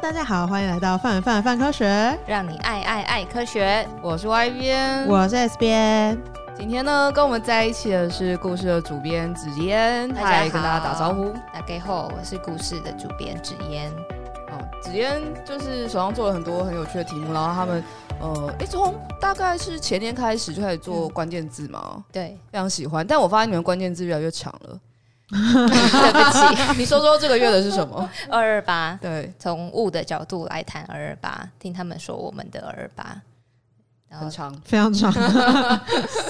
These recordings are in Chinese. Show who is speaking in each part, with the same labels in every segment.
Speaker 1: 大家好，欢迎来到范范范科学，
Speaker 2: 让你爱爱爱科学。我是 Y 边，
Speaker 1: 我是 S 边。
Speaker 2: 今天呢，跟我们在一起的是故事的主编子嫣，
Speaker 3: 大家
Speaker 2: 她也
Speaker 3: 好
Speaker 2: 跟大家打招呼。
Speaker 3: 大家好，我是故事的主编纸嫣。
Speaker 2: 哦，子嫣就是手上做了很多很有趣的题目，然后他们呃，诶，从大概是前年开始就开始做关键字嘛，
Speaker 3: 对，
Speaker 2: 非常喜欢。但我发现你们关键字越来越长 了。
Speaker 3: 对不起，
Speaker 2: 你说说这个月的是什么？
Speaker 3: 二二八，
Speaker 2: 对，
Speaker 3: 从物的角度来谈二二八，听他们说我们的二二八，然
Speaker 2: 很
Speaker 3: 后
Speaker 2: 长。
Speaker 1: 非常长，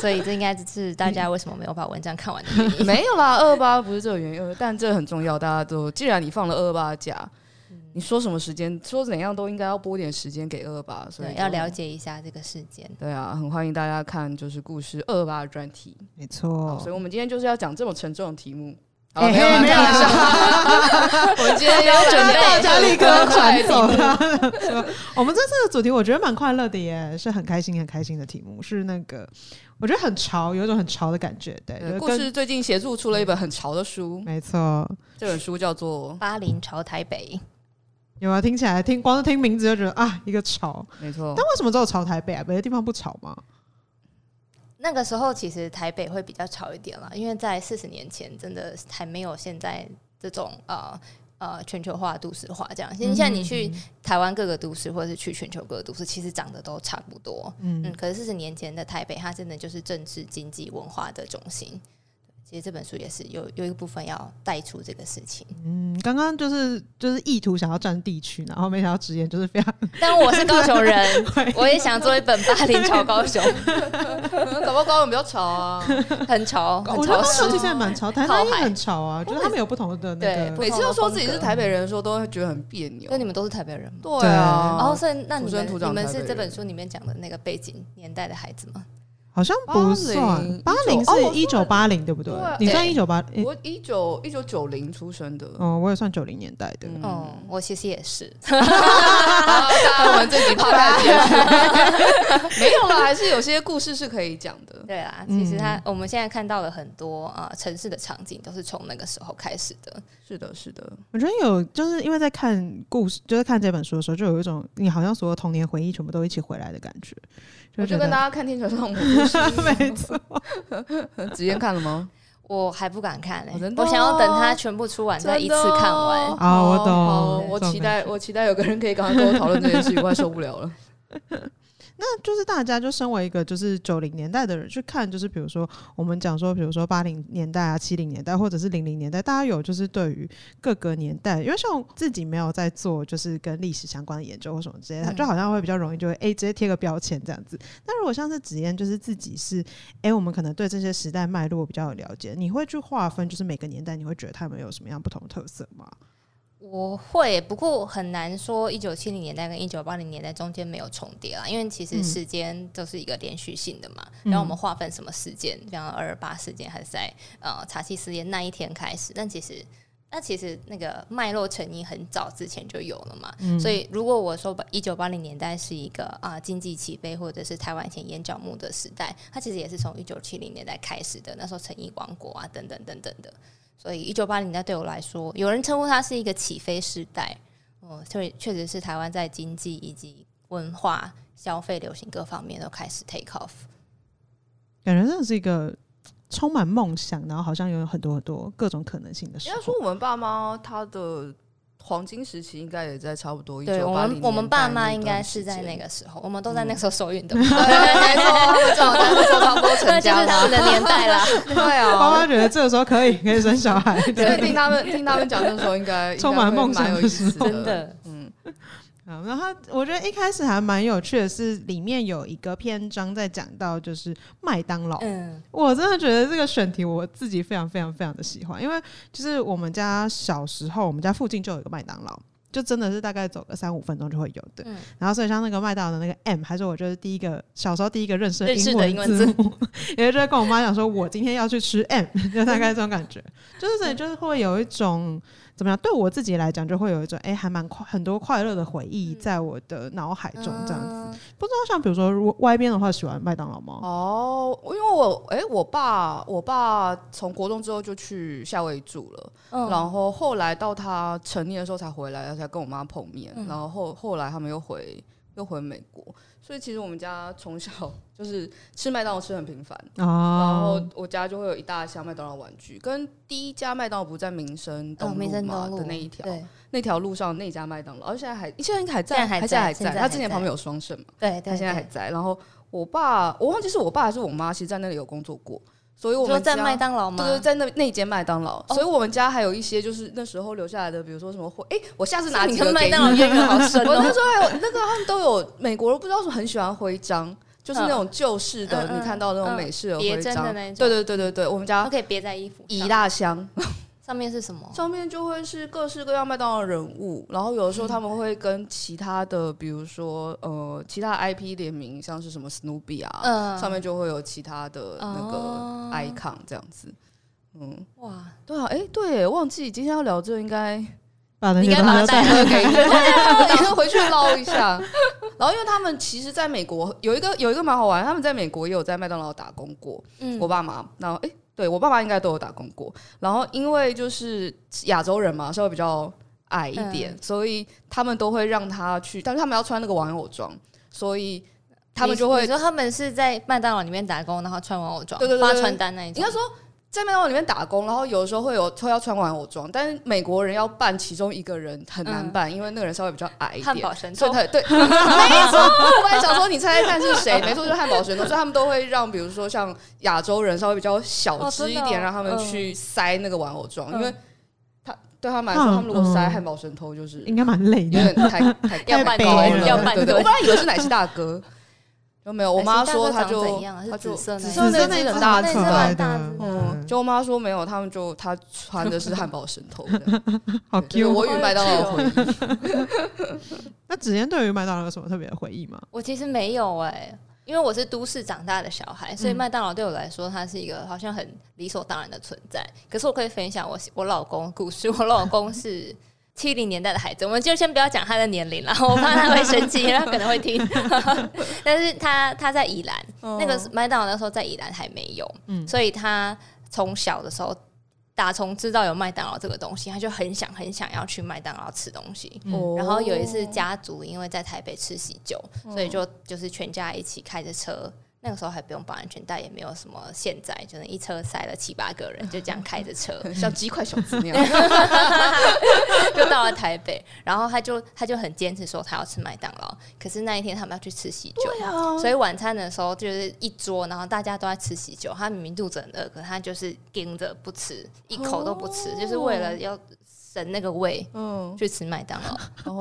Speaker 3: 所以这应该是大家为什么没有把文章看完的原因。
Speaker 2: 没有啦，二八不是这个原因，但这很重要，大家都既然你放了二八假，
Speaker 3: 嗯
Speaker 2: 你说什么时间，说怎样都应该要拨点时间给二八， 所以
Speaker 3: 对，
Speaker 2: 就
Speaker 3: 要了。解一下这个事件。
Speaker 2: 对啊，很欢迎大家看就是故事二八的专题、
Speaker 1: 没
Speaker 2: 好所以
Speaker 1: 错。
Speaker 2: 我们今天就是要讲这么沉重的题目。好，
Speaker 1: 哎
Speaker 2: 没有啦
Speaker 1: 哦没有啦
Speaker 2: 开玩笑我们今天要准 备
Speaker 1: 大家立刻传走他。说我们这次的主题我觉得蛮快乐的耶，是很开心很开心的题目，是那个我觉得很潮，有一种很潮的感觉，对，
Speaker 2: 对
Speaker 1: 就
Speaker 2: 故
Speaker 1: 呃跟
Speaker 2: 事最近协助出了一本很潮的书，
Speaker 1: 没错。
Speaker 2: 这本书叫做
Speaker 3: 巴林朝台北，
Speaker 1: 有啊，听起来听光是听名字就觉得啊，一个潮。
Speaker 2: 没错
Speaker 1: 但，为什么只有潮台北啊？别的地方不潮吗？
Speaker 3: 那个时候其实台北会比较吵一点啦，因为在四十年前真的还没有现在这种呃呃全球化、都市化这样。
Speaker 1: 嗯
Speaker 3: 现在你去台湾各个都市，或者是去全球各个都市，其实长得都差不多。嗯可是四十年前的台北，它真的就是政治、经济、文化的中心。其实这本书也是有有一个部分要带出这个事情，
Speaker 1: 嗯，刚刚就是就是意图想要占地区，然后没想到直言就是非常
Speaker 3: 但我是高雄人， 我也想做一本巴林朝高雄，
Speaker 2: 搞不好高人比较潮啊。
Speaker 3: 很潮，
Speaker 1: 我
Speaker 3: 很
Speaker 1: 觉得
Speaker 3: 潮
Speaker 1: 高
Speaker 3: 湿
Speaker 1: 雄。其实也蛮潮，台南也很潮啊，就
Speaker 2: 海
Speaker 1: 是他们有不同的那
Speaker 3: 对
Speaker 1: 个。
Speaker 2: 每次都说自己是台北人的时候，都会觉得很别扭
Speaker 3: 那。你们都是台北人吗？
Speaker 2: 对啊，
Speaker 3: 然
Speaker 1: 哦
Speaker 3: 后哦所以那
Speaker 2: 土
Speaker 3: 你
Speaker 2: 生
Speaker 3: 们
Speaker 2: 土长
Speaker 3: 你们
Speaker 2: 台北
Speaker 3: 是这本
Speaker 2: 人
Speaker 3: 书里面讲的那个背景年代的孩子吗？
Speaker 1: 好像不算，
Speaker 2: 80
Speaker 1: 八零
Speaker 2: 19哦
Speaker 1: 是一九八零，对不对
Speaker 2: 对啊？
Speaker 1: 你算
Speaker 3: 对
Speaker 1: 一九八，诶
Speaker 2: 我一九一九九零出 生的，
Speaker 1: 哦，我也算九零年代的。
Speaker 2: 嗯
Speaker 3: 哦，我其实也 是，
Speaker 2: 好大家我们这集怕太结局， 没有啦，还是有些故事是可以讲的。
Speaker 3: 对啦，其实
Speaker 2: 嗯
Speaker 3: 他、我们现在看到的很多啊、呃城市的场景都是从那个时候开始的，
Speaker 2: 是的，是的，
Speaker 1: 我觉得有，就是因为在看故事，就是看这本书的时候，就有一种你好像所有童年回忆全部都一起回来的感觉。
Speaker 2: 我
Speaker 1: 觉
Speaker 2: 就
Speaker 1: 得
Speaker 2: 跟大家看《天桥上的魔术师
Speaker 1: 没错，》，
Speaker 2: 直接看了吗？
Speaker 3: 我还不敢看嘞、
Speaker 2: 哦真的
Speaker 3: 我
Speaker 2: 哦
Speaker 3: 想要等它全部出完再一次看完。
Speaker 1: 啊我懂
Speaker 2: 好
Speaker 1: 对
Speaker 2: 我
Speaker 1: 这种
Speaker 2: 期
Speaker 1: 感
Speaker 2: 待，我期待有个人可以赶快跟我讨论这件 事情，我快受不了了。
Speaker 1: 那就是大家就身为一个就是九零年代的人去看，就是比如说我们讲说，比如说八零年代啊、七零年代或者是零零年代，大家有就是对于各个年代，因为像我自己没有在做就是跟历史相关的研究或什么之类的，
Speaker 3: 嗯
Speaker 1: 就好像会比较容易就会诶直接贴个标签这样子。那如果像是子嫣，就是自己是诶，我们可能对这些时代脉络比较有了解，你会去划分就是每个年代，你会觉得他们有什么样不同的特色吗？
Speaker 3: 我会，不过很难说一九七零年代跟一九八零年代中间没有重叠啦，因为其实时间都是一个连续性的嘛。然后我们划分什么事件，比方二二八事件还是在呃查气事件那一天开始，但其实。那其实那个脉络成因很早之前就有了嘛，所以如果我说把一九八零年代是一个啊、经济起飞或者是台湾以前眼角目的时代，它其实也是从一九七零年代开始的，那时候成毅王国啊等等等等的，所以一九八零年代对我来说，有人称呼它是一个起飞时代。哦、确确实是台湾在经济以及文化、消费、流行各方面都开始 take off。
Speaker 1: 感觉真的是一个充满梦想，然后好像有很多很多各种可能性的时
Speaker 2: 应该
Speaker 1: 候。
Speaker 2: 说，我们爸妈他的黄金时期应该也在差不多一
Speaker 3: 对
Speaker 2: 九
Speaker 3: 我
Speaker 2: 八
Speaker 3: 们，
Speaker 2: 零。
Speaker 3: 我们爸妈应该是在那
Speaker 2: 个，
Speaker 3: 个时候，我们都在那个时候受 运动，
Speaker 2: 嗯没错，他们正好在那时候差不 多
Speaker 3: 那
Speaker 2: 成
Speaker 3: 就是
Speaker 2: 家
Speaker 3: 他
Speaker 2: 了
Speaker 3: 们。的年代啦。
Speaker 2: 对啊，
Speaker 1: 爸妈觉得这个时候可以可以生小孩，
Speaker 2: 所以听他们听他们讲的时候应该，应该
Speaker 1: 充满梦想
Speaker 2: 会蛮有意思
Speaker 3: 真的，
Speaker 2: 嗯，
Speaker 1: 好，然后我觉得一开始还蛮有趣的是，里面有一个篇章在讲到就是麦当劳，
Speaker 3: 嗯，
Speaker 1: 我真的觉得这个选题我自己非常非常非常的喜欢，因为就是我们家小时候，我们家附近就有一个麦当劳。就真的是大概走个三五分钟就会有的，
Speaker 3: 嗯
Speaker 1: 然后所以像那个麦当劳的那个 M，还是我就是第一个小时候第一个认识
Speaker 3: 认识
Speaker 1: 英
Speaker 3: 的
Speaker 1: 文
Speaker 3: 英文
Speaker 1: 字母，也就会 跟我妈讲说，我今天要去吃 M，就大概这种感觉，就是所以就是会有一种怎么样？对我自己来讲，就会有一种哎、还蛮快很多快乐的回忆
Speaker 3: 嗯
Speaker 1: 在我的脑海中这样子。
Speaker 3: 子，
Speaker 1: 不知道像比如说，如果外边的话，喜欢麦当劳吗？
Speaker 2: 哦，因为我哎、我爸我爸从国中之后就去夏威夷住了，
Speaker 3: 嗯
Speaker 2: 然后后来到他成年的时候才回来，才跟我妈碰面，
Speaker 3: 嗯
Speaker 2: 然后后后来他们又回又回美国，所以其实我们家从小就是吃麦当劳吃很频繁。然后
Speaker 1: 哦，
Speaker 2: 我家就会有一大箱麦当劳玩具，跟第一家麦当劳不在民生
Speaker 3: 哦
Speaker 2: 东
Speaker 3: 民
Speaker 2: 路
Speaker 3: 生
Speaker 2: 嘛
Speaker 3: 东路
Speaker 2: 的那一条，
Speaker 3: 对
Speaker 2: 那条路上那家麦当劳，而现在还现在还
Speaker 3: 现
Speaker 2: 在，
Speaker 3: 在还
Speaker 2: 现在
Speaker 3: 在
Speaker 2: 还
Speaker 3: 现在
Speaker 2: 他
Speaker 3: 还
Speaker 2: 之前旁
Speaker 3: 在
Speaker 2: 边有双盛嘛，
Speaker 3: 对
Speaker 2: 他
Speaker 3: 对，
Speaker 2: 现在还
Speaker 3: 对
Speaker 2: 在。然后我爸，我忘记是我爸还是我妈，其实在那里有工作过，所以我
Speaker 3: 你说
Speaker 2: 们
Speaker 3: 在
Speaker 2: 家
Speaker 3: 麦当劳吗？哦
Speaker 2: 对对，在那那间麦当劳，所以我们家还有一些就是那时候留下来的，比如说什么火，哎、我下次拿
Speaker 3: 你
Speaker 2: 几
Speaker 3: 跟
Speaker 2: 个
Speaker 3: 麦
Speaker 2: 给
Speaker 3: 当劳
Speaker 2: 你。
Speaker 3: 渊源好深
Speaker 2: 我那
Speaker 3: 哦。
Speaker 2: 时候还有那个他们都有美国人不知道是很喜欢徽章，就是那种旧式的，
Speaker 3: 嗯嗯
Speaker 2: 你看到那种美式的徽
Speaker 3: 别针
Speaker 2: 章，
Speaker 3: 的那种
Speaker 2: 对对对对对，我们
Speaker 3: 它
Speaker 2: 家
Speaker 3: 可以别在衣服
Speaker 2: 一
Speaker 3: 上，
Speaker 2: 大箱，
Speaker 3: 上面是什么？
Speaker 2: 上面就会是各式各样麦当劳人物，然后有的时候他们会跟其他的，比如说呃其他 IP 联名，像是什么 Snoopy 啊，
Speaker 3: 嗯
Speaker 2: 上面就会有其他的那
Speaker 3: 哦
Speaker 2: 个 icon 这样子。嗯，
Speaker 3: 哇，
Speaker 2: 对啊，哎、对耶，忘记今天要聊这个，应 该
Speaker 1: 把那
Speaker 3: 应
Speaker 1: 些
Speaker 3: 该
Speaker 1: 东
Speaker 3: 把
Speaker 1: 西
Speaker 3: 它
Speaker 1: 都带
Speaker 3: 带回给 你。
Speaker 2: 你就回去捞一下。 然后，因为他们其实在美国有一个有一个蛮好玩，他们在美国也有在麦当劳打工过，
Speaker 3: 嗯
Speaker 2: 我爸妈，然后哎、诶对我爸妈应该都有打工过。然后因为就是亚洲人嘛，稍微比较矮一点，
Speaker 3: 嗯
Speaker 2: 所以他们都会让他去，但是他们要穿那个玩偶装，所以他们
Speaker 3: 你
Speaker 2: 就会
Speaker 3: 你说他们是在麦当劳里面打工，然后穿玩偶装，
Speaker 2: 对对对
Speaker 3: 发
Speaker 2: 对
Speaker 3: 传单那一种。
Speaker 2: 应该说在麦当劳里面打工，然后有的时候会有会要穿玩偶装，但是美国人要扮其中一个人很难扮，因为那个人稍微比较矮一
Speaker 3: 汉
Speaker 2: 点。
Speaker 3: 堡神
Speaker 2: 所
Speaker 3: 偷
Speaker 2: 以，他对，没错。我本来想说你猜猜看是谁，没错，就是汉堡神偷。所以他们都会让，比如说像亚洲人稍微比较小
Speaker 3: 哦
Speaker 2: 只
Speaker 3: 真
Speaker 2: 一
Speaker 3: 的哦
Speaker 2: 点，让他们
Speaker 3: 嗯
Speaker 2: 去塞那个玩偶装，因为
Speaker 3: 嗯
Speaker 2: 他对他们来说，
Speaker 1: 嗯
Speaker 2: 他们如果塞
Speaker 1: 嗯
Speaker 2: 汉堡神偷就是
Speaker 1: 应该蛮累
Speaker 2: 有
Speaker 1: 的。
Speaker 2: 点太太
Speaker 3: 要
Speaker 1: 扮
Speaker 2: 太高
Speaker 1: 鬼
Speaker 2: 了，
Speaker 1: 要
Speaker 3: 扮
Speaker 2: 对
Speaker 3: 鬼
Speaker 2: 对对。我本来以为是奶昔大哥，就没有。我妈说
Speaker 3: 他
Speaker 2: 他就
Speaker 3: 怎样啊？
Speaker 2: 他
Speaker 3: 是
Speaker 2: 就
Speaker 3: 紫色那一种
Speaker 2: 紫色那
Speaker 1: 色那
Speaker 2: 一只
Speaker 1: 一
Speaker 2: 很
Speaker 1: 只
Speaker 2: 大
Speaker 3: 那
Speaker 2: 只
Speaker 3: 只
Speaker 1: 可
Speaker 2: 吧
Speaker 1: 爱
Speaker 3: 蛮大
Speaker 1: 的
Speaker 3: 只，的
Speaker 2: 嗯，
Speaker 1: 嗯，
Speaker 2: 就我妈说没有，他们就他穿的是汉堡神偷这样，
Speaker 1: 好
Speaker 2: 就是
Speaker 1: Q。
Speaker 2: 我与麦当劳的回忆。
Speaker 1: 那子嫣对于麦当劳有什么特别的回忆吗？
Speaker 3: 我其实没有哎、因为我是都市长大的小孩，
Speaker 2: 嗯
Speaker 3: 所以麦当劳对我来说，它是一个好像很理所当然的存在。可是我可以分享我我老公的故事，我老公 是七零年代的孩子，我们就先不要讲他的年龄啦，我怕他会生气，因为他可能会听。 但是他他在宜兰，那
Speaker 2: 哦
Speaker 3: 个麦当劳那时候在宜兰还没有，
Speaker 1: 嗯
Speaker 3: 所以他从小的时候。打从知道有麦当劳这个东西，他就很想很想要去麦当劳吃东西。
Speaker 1: 嗯
Speaker 2: 哦
Speaker 3: 然后有一次家族因为在台北吃喜酒，所以就就是全家一起开着车。那个时候还不用绑安全带，也没有什么现在，就是一车塞了七八个人，就这样开着车
Speaker 2: 像鸡块小子那样，
Speaker 3: 就到了台北。然后他就他就很坚持说他要吃麦当劳，可是那一天他们要去吃喜酒，
Speaker 2: 啊
Speaker 3: 所以晚餐的时候就是一桌，然后大家都在吃喜酒。他明明肚子很饿，可他就是盯着不吃，一口都不
Speaker 2: 哦
Speaker 3: 吃，就是为了要省那个胃
Speaker 2: 嗯，
Speaker 3: 去吃麦当劳。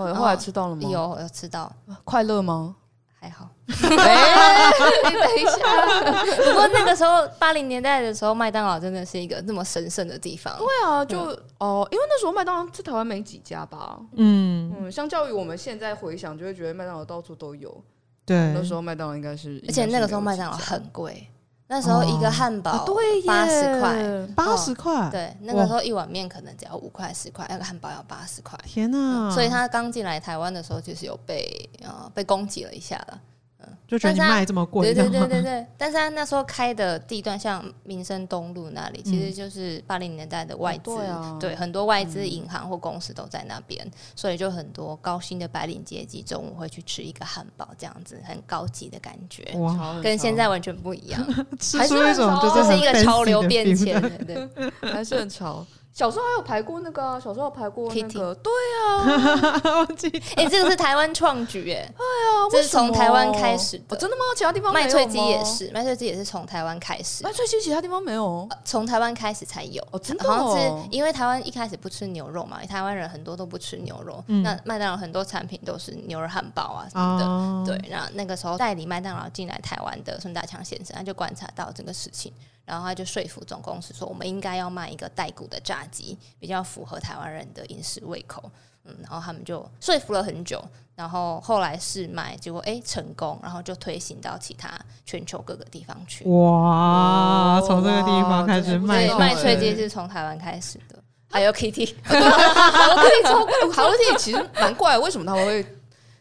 Speaker 2: 然后后来吃到了吗？
Speaker 3: 有有吃到，
Speaker 2: 快乐吗？
Speaker 3: 还好。
Speaker 2: 哎，
Speaker 3: 你等一下。不过那个时候八零年代的时候，麦当劳真的是一个那么神圣的地方。
Speaker 2: 对啊，就哦，因为那时候麦当劳在台湾没几家吧。
Speaker 1: 嗯，
Speaker 2: 嗯，相较于我们现在回想，就会觉得麦当劳到处都有。
Speaker 1: 对
Speaker 2: 那，时候麦当劳应该是，哦
Speaker 3: 而且那个时候麦当劳很贵，那时候一个汉堡
Speaker 2: 对
Speaker 3: 八十
Speaker 2: 哦
Speaker 3: 块，
Speaker 1: 八十块，
Speaker 3: 对，那个时候一碗面可能只要五块十块，那个汉堡要八十块。
Speaker 1: 天哪！
Speaker 3: 所以他刚进来台湾的时候，就是有被呃被攻击了一下了。
Speaker 1: 就觉得你
Speaker 3: 但是他
Speaker 1: 卖这么贵，
Speaker 3: 对对
Speaker 1: 这
Speaker 3: 对
Speaker 1: 样
Speaker 3: 对对，但是他那时候开的地段，像民生东路那里，其实就是八零年代的外资，
Speaker 2: 哦对啊
Speaker 3: 很多外资银行或公司都在那边，所以就很多高薪的白领阶级中午会去吃一个汉堡，这样子很高级的感觉，
Speaker 1: 哇，
Speaker 3: 跟现在完全不一样，
Speaker 1: 吃
Speaker 2: 还是
Speaker 1: 出一种
Speaker 2: 很
Speaker 1: 就是
Speaker 2: 少
Speaker 3: 这
Speaker 1: 很
Speaker 3: 是一个潮
Speaker 1: fancy
Speaker 3: 流
Speaker 1: 的
Speaker 3: 变
Speaker 1: feel
Speaker 3: 迁
Speaker 1: 的。，
Speaker 3: 对，
Speaker 2: 还是很潮。小时候还有排过那个啊，小时候排过那
Speaker 3: Kitty
Speaker 2: 个，对
Speaker 1: 我记得
Speaker 3: 哎、这个是台湾创举，哎，
Speaker 2: 啊，
Speaker 3: 这
Speaker 2: 为
Speaker 3: 是
Speaker 2: 什么
Speaker 3: 从台湾开始的
Speaker 2: 哦真的吗？其他地方没有
Speaker 3: 麦
Speaker 2: 吗
Speaker 3: 脆鸡也，是，麦脆鸡也是从台湾开始
Speaker 2: 麦，脆鸡其他地方没有
Speaker 3: 呃从台湾开始才有。
Speaker 2: 哦，真的
Speaker 3: 好像
Speaker 2: 哦
Speaker 3: 是因为台湾一开始不吃牛肉嘛，台湾人很多都不吃牛肉，
Speaker 1: 嗯
Speaker 3: 那麦当劳很多产品都是牛肉汉堡啊什
Speaker 2: 哦
Speaker 3: 么的。
Speaker 1: 啊，
Speaker 3: 对，那那个时候代理麦当劳进来台湾的孙大强先生，他就观察到这个事情，然后他就说服总公司说，我们应该要卖一个带骨的炸鸡，比较符合台湾人的饮食胃口。嗯，然后他们就说服了很久，然后后来试卖，结果哎成功，然后就推行到其他全球各个地方去。
Speaker 1: 哇，从这个地方
Speaker 2: 哇
Speaker 1: 开
Speaker 2: 真
Speaker 1: 始
Speaker 2: 是不
Speaker 1: 卖
Speaker 3: 对
Speaker 2: 知，道
Speaker 1: 卖
Speaker 3: 麦
Speaker 2: 欸
Speaker 3: 脆鸡是从台湾开始的。 ，Hello Kitty，
Speaker 2: Hello Kitty 超 Hello Kitty 其实蛮怪，为什么他们会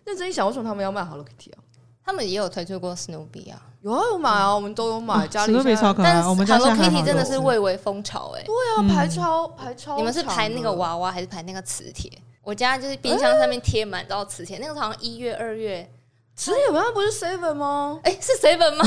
Speaker 2: 认真一想，为什么他们要卖 Hello Kitty 啊？
Speaker 3: 他们也有推出过 Snoopy 啊，
Speaker 2: 有啊，有买啊，我们都有买，家
Speaker 1: 史
Speaker 2: 里
Speaker 1: 努比
Speaker 2: 现在
Speaker 1: 超可爱，
Speaker 3: 但是
Speaker 1: 啊我们家
Speaker 3: Hello
Speaker 1: 现在还
Speaker 3: Kitty
Speaker 1: 好
Speaker 3: 真的
Speaker 1: 多
Speaker 3: 是蔚为风潮哎、
Speaker 2: 对啊，
Speaker 1: 嗯
Speaker 2: 排超排超长的，啊
Speaker 3: 你们是排那个娃娃还是排那个磁铁？我家就是冰箱上面贴满到磁铁，那个好像一月、二月，
Speaker 2: 磁铁文案不是 Seven 吗
Speaker 3: 哎、是 seven 吗？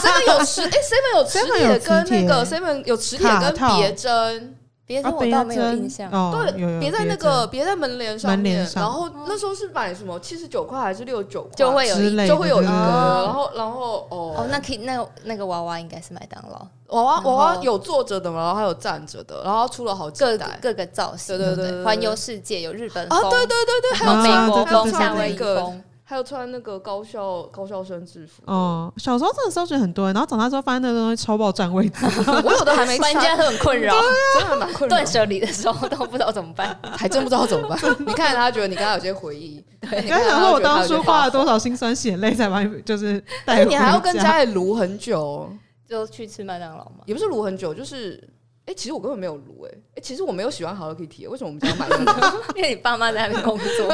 Speaker 2: ？Seven 有磁，哎，Seven 有磁
Speaker 1: Seven 有
Speaker 2: 铁
Speaker 1: 磁
Speaker 2: 跟那个
Speaker 1: 铁
Speaker 2: Seven 有磁铁
Speaker 1: 卡
Speaker 2: 跟
Speaker 1: 套
Speaker 2: 别针，
Speaker 3: 别
Speaker 1: 啊
Speaker 3: 的，我
Speaker 1: 北
Speaker 3: 倒
Speaker 1: 亚
Speaker 3: 没有
Speaker 1: 针
Speaker 3: 印象。
Speaker 1: 哦，有
Speaker 2: 对，
Speaker 1: 有
Speaker 2: 别在那个别在门帘上
Speaker 1: 门帘
Speaker 2: 面。
Speaker 1: 上
Speaker 2: 然后那时候是买什么七十九块还是六十九块，
Speaker 3: 就会
Speaker 1: 别
Speaker 3: 有
Speaker 1: 针之
Speaker 3: 一
Speaker 1: 类的
Speaker 2: 就会有一个，
Speaker 1: 对对对
Speaker 3: 哦
Speaker 2: 然后然后哦
Speaker 3: 哦，那可以，那那个娃娃应该是麦当劳
Speaker 2: 娃娃
Speaker 3: 然后
Speaker 2: 娃娃有坐着的嘛，然后还有站着的，然后出了好几
Speaker 3: 各
Speaker 2: 代。
Speaker 3: 各个造型，
Speaker 2: 对对对
Speaker 3: 不
Speaker 2: 对对
Speaker 3: 环游世界有日本
Speaker 2: 啊，
Speaker 3: 风，
Speaker 2: 对对对对，还有
Speaker 1: 啊
Speaker 2: 穿
Speaker 3: 美国
Speaker 1: 对对
Speaker 3: 风、
Speaker 1: 对对
Speaker 3: 夏威夷
Speaker 2: 对
Speaker 3: 风，
Speaker 2: 还有穿那个高校高校生制服。
Speaker 1: 哦，小时候真的收集很多，然后长大之后发现那个东西超爆占位 置，
Speaker 3: 啊
Speaker 2: 我有的还没
Speaker 3: 搬家
Speaker 2: 穿，
Speaker 3: 都很困扰，
Speaker 2: 真的蛮困扰
Speaker 3: 断，舍离的时候都不知道怎么办。
Speaker 2: 还真不知道怎么办。你看他觉得你跟他有些回忆，对，你
Speaker 1: 刚
Speaker 2: 看
Speaker 1: 想
Speaker 2: 他
Speaker 1: 说
Speaker 2: 觉
Speaker 1: 我
Speaker 2: 得他
Speaker 1: 当
Speaker 2: 有些
Speaker 1: 初
Speaker 2: 话
Speaker 1: 花了多少辛酸血泪才把你就是带
Speaker 2: 而
Speaker 3: 哎
Speaker 1: 回
Speaker 2: 且你还要跟
Speaker 1: 家，
Speaker 2: 家里撸很久，
Speaker 3: 就去吃麦当劳嘛。
Speaker 2: 也不是撸很久，就是。哎、其实我根本没有撸哎、哎、其实我没有喜欢 Hello Kitty，、为什么我们家要买那 个？
Speaker 3: 因为你爸妈在那边工作，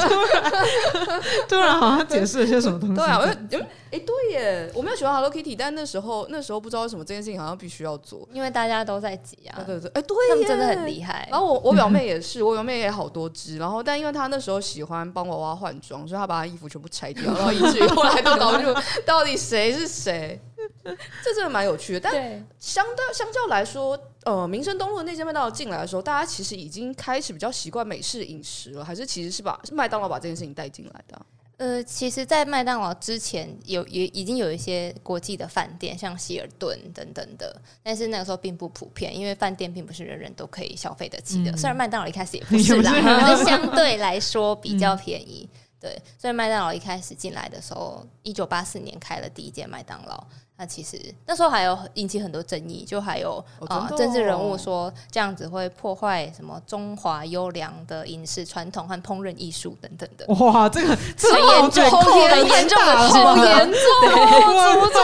Speaker 1: 突然好像解释了些什么 东西。
Speaker 2: 对啊，我就嗯，哎、对耶，我没有喜欢 Hello Kitty，但那时候那时候不知道为什么这件事情好像必须要做。
Speaker 3: 因为大家都在挤啊
Speaker 2: 对，对对，哎、对哦耶，
Speaker 3: 他们真的很厉害。
Speaker 2: 然后我 我表妹也是，我表妹也好多只，然后但因为她那时候喜欢帮娃娃换装，所以她把她衣服全部拆掉，然后以至于后来都搞不清楚到底谁是谁。这真的蛮有趣的，但
Speaker 3: 对，
Speaker 2: 相对相较来说，呃，民生东路的那间麦当劳进来的时候，大家其实已经开始比较习惯美式饮食了，还是其实是把是麦当劳把这件事情带进来的啊、
Speaker 3: 呃，其实，在麦当劳之前有也已经有一些国际的饭店，像希尔顿等等的，但是那个时候并不普遍，因为饭店并不是人人都可以消费得起的。
Speaker 2: 嗯
Speaker 3: 虽然麦当劳一开始也不是
Speaker 1: 也不
Speaker 3: 啦，
Speaker 1: 是
Speaker 2: 啊
Speaker 3: 可是相对来说比较
Speaker 2: 嗯
Speaker 3: 便宜。对，所以麦当劳一开始进来的时候，一九八四年开了第一间麦当劳。那其实那时候还有引起很多争议，就还有
Speaker 2: 哦
Speaker 3: 啊、
Speaker 2: 真的
Speaker 3: 政治人
Speaker 2: 哦
Speaker 3: 物说这样子会破坏什么中华优良的饮食传统和烹饪艺术等等的。
Speaker 1: 哇，这 个这
Speaker 3: 很
Speaker 1: 个
Speaker 3: 严重
Speaker 1: 扣得
Speaker 3: 很严重的
Speaker 1: 太大了
Speaker 3: 指责
Speaker 1: 吧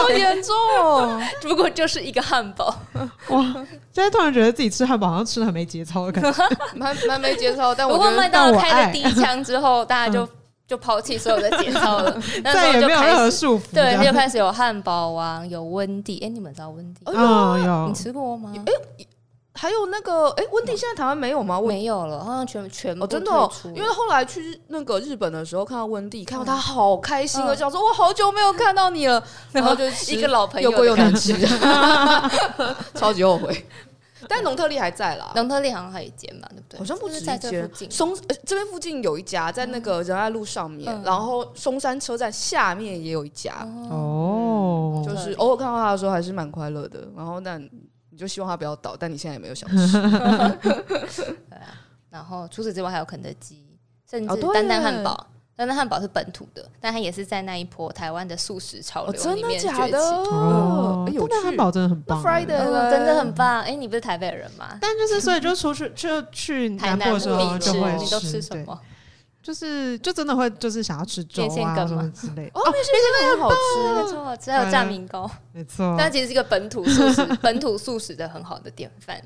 Speaker 3: 好严
Speaker 2: 重哦，怎么这么严重？
Speaker 3: 不过就是一个汉堡，
Speaker 1: 哇！现在突然觉得自己吃汉堡好像吃的很没节操的感 觉。
Speaker 2: 蛮蛮没节操，但
Speaker 3: 不
Speaker 2: 我
Speaker 3: 过
Speaker 2: 觉
Speaker 3: 麦
Speaker 2: 得
Speaker 3: 当
Speaker 1: 但
Speaker 3: 劳
Speaker 1: 我
Speaker 3: 开
Speaker 1: 爱
Speaker 3: 了第一枪之后，大家就就抛弃所有的节操了，那
Speaker 1: 再
Speaker 3: 时
Speaker 1: 也没有
Speaker 3: 候就
Speaker 1: 任
Speaker 3: 开
Speaker 1: 何
Speaker 3: 始。
Speaker 1: 束缚。
Speaker 3: 对，
Speaker 1: 这
Speaker 3: 就
Speaker 1: 样
Speaker 3: 开始有汉堡王，有温蒂。哎，你们知道温蒂？
Speaker 1: 哦有
Speaker 3: 哎你吃过吗？
Speaker 2: 还有那个，哎、温蒂现在台湾没有吗？温
Speaker 3: 没有了，好像全全部
Speaker 2: 哦，真的、
Speaker 3: 退
Speaker 2: 哦
Speaker 3: 出，了
Speaker 2: 因为后来去那个日本的时候，看到温蒂，看到
Speaker 3: 嗯
Speaker 2: 他好开心哦，
Speaker 3: 嗯
Speaker 2: 想说我好久没有看到 你了，然后就吃
Speaker 3: 一个老朋
Speaker 2: 又
Speaker 3: 友
Speaker 2: 贵又
Speaker 3: 的感
Speaker 2: 难
Speaker 3: 觉。
Speaker 2: 吃， 超级后悔。但农特利还在啦，
Speaker 3: 农特利好像还有一间吧，对不对？
Speaker 2: 好像不
Speaker 3: 是
Speaker 2: 止
Speaker 3: 是在
Speaker 2: 一
Speaker 3: 这
Speaker 2: 间
Speaker 3: 附近，。
Speaker 2: 松呃这边附近有一家，在那个仁爱路上面
Speaker 3: 嗯，
Speaker 2: 然后松山车站下面也有一家，
Speaker 1: 啊哦，
Speaker 3: 哦，
Speaker 2: 就是
Speaker 3: 对
Speaker 2: 偶尔看到他的时候还是蛮快乐的。然后但你就希望他不要倒，但你现在也没有想 吃。
Speaker 3: 对啊。然后除此之外还有肯德基，甚
Speaker 2: 哦
Speaker 3: 至
Speaker 2: 对
Speaker 3: 丹丹汉堡。丹丹汉堡是本土的，但它也是在那一波台湾的素食潮
Speaker 2: 哦，
Speaker 3: 流
Speaker 2: 真
Speaker 3: 里
Speaker 2: 的
Speaker 3: 面崛起。
Speaker 2: 假的？
Speaker 1: 哦
Speaker 2: 哎，有
Speaker 1: 但那汉
Speaker 2: 趣
Speaker 1: 堡真的很棒
Speaker 2: 那
Speaker 1: 哎。
Speaker 2: Friday
Speaker 3: 哦真的很棒。哎、你不是台北人吗？
Speaker 1: 但就是所以就出去就去
Speaker 3: 台
Speaker 1: 嗯南
Speaker 3: 南
Speaker 1: 部的时候
Speaker 3: 必
Speaker 1: 就
Speaker 3: 吃，
Speaker 1: 会
Speaker 3: 你都吃什
Speaker 1: 对
Speaker 3: 么？
Speaker 1: 就是就真的会就是想要吃粥
Speaker 3: 面线
Speaker 1: 啊
Speaker 3: 羹
Speaker 1: 什么
Speaker 3: 吗
Speaker 1: 之类的。
Speaker 2: 哦，面线真的很好 吃。
Speaker 3: 没错，只有炸米糕，
Speaker 1: 没错，
Speaker 3: 但其实是一个本土素食、 本土素食的很好的典范。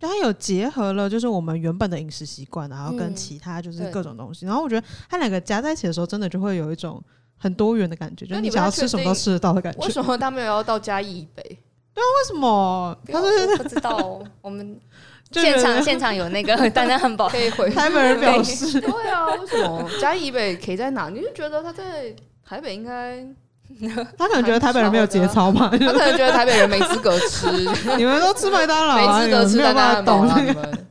Speaker 1: 就它有结合了，就是我们原本的饮食习惯，然后跟
Speaker 3: 嗯
Speaker 1: 其他就是
Speaker 3: 对
Speaker 1: 各种东西，然后我觉得它两个夹在一起的时候，真的就会有一种很多元的感觉，就
Speaker 2: 那
Speaker 1: 是
Speaker 2: 你
Speaker 1: 你
Speaker 2: 不
Speaker 1: 想
Speaker 2: 太
Speaker 1: 要
Speaker 2: 确
Speaker 1: 吃什么都
Speaker 2: 定
Speaker 1: 吃得到的感觉。
Speaker 2: 为什么他们有要到嘉义以北？
Speaker 1: 为什么？
Speaker 3: 不
Speaker 1: 他
Speaker 3: 要
Speaker 1: 是
Speaker 3: 我不知道哦，我们
Speaker 1: 就
Speaker 3: 现
Speaker 1: 觉
Speaker 3: 场
Speaker 1: 得
Speaker 3: 现场有那个丹丹汉堡
Speaker 2: 可，以回
Speaker 1: 台北人表示，
Speaker 2: 对啊，为什么嘉义以北可以在哪？你就觉得他在台北应该，
Speaker 1: 他可能觉得台北人没有节操 吧？
Speaker 2: 他可能觉得台北人没资格吃，
Speaker 1: 你们都吃麦当劳啊，
Speaker 2: 没资格
Speaker 1: 你们
Speaker 2: 吃
Speaker 1: 没有
Speaker 2: 蛋
Speaker 1: 办法
Speaker 2: 蛋堡
Speaker 1: 懂
Speaker 2: 啦，
Speaker 1: 那
Speaker 2: 你
Speaker 1: 个。
Speaker 2: 们。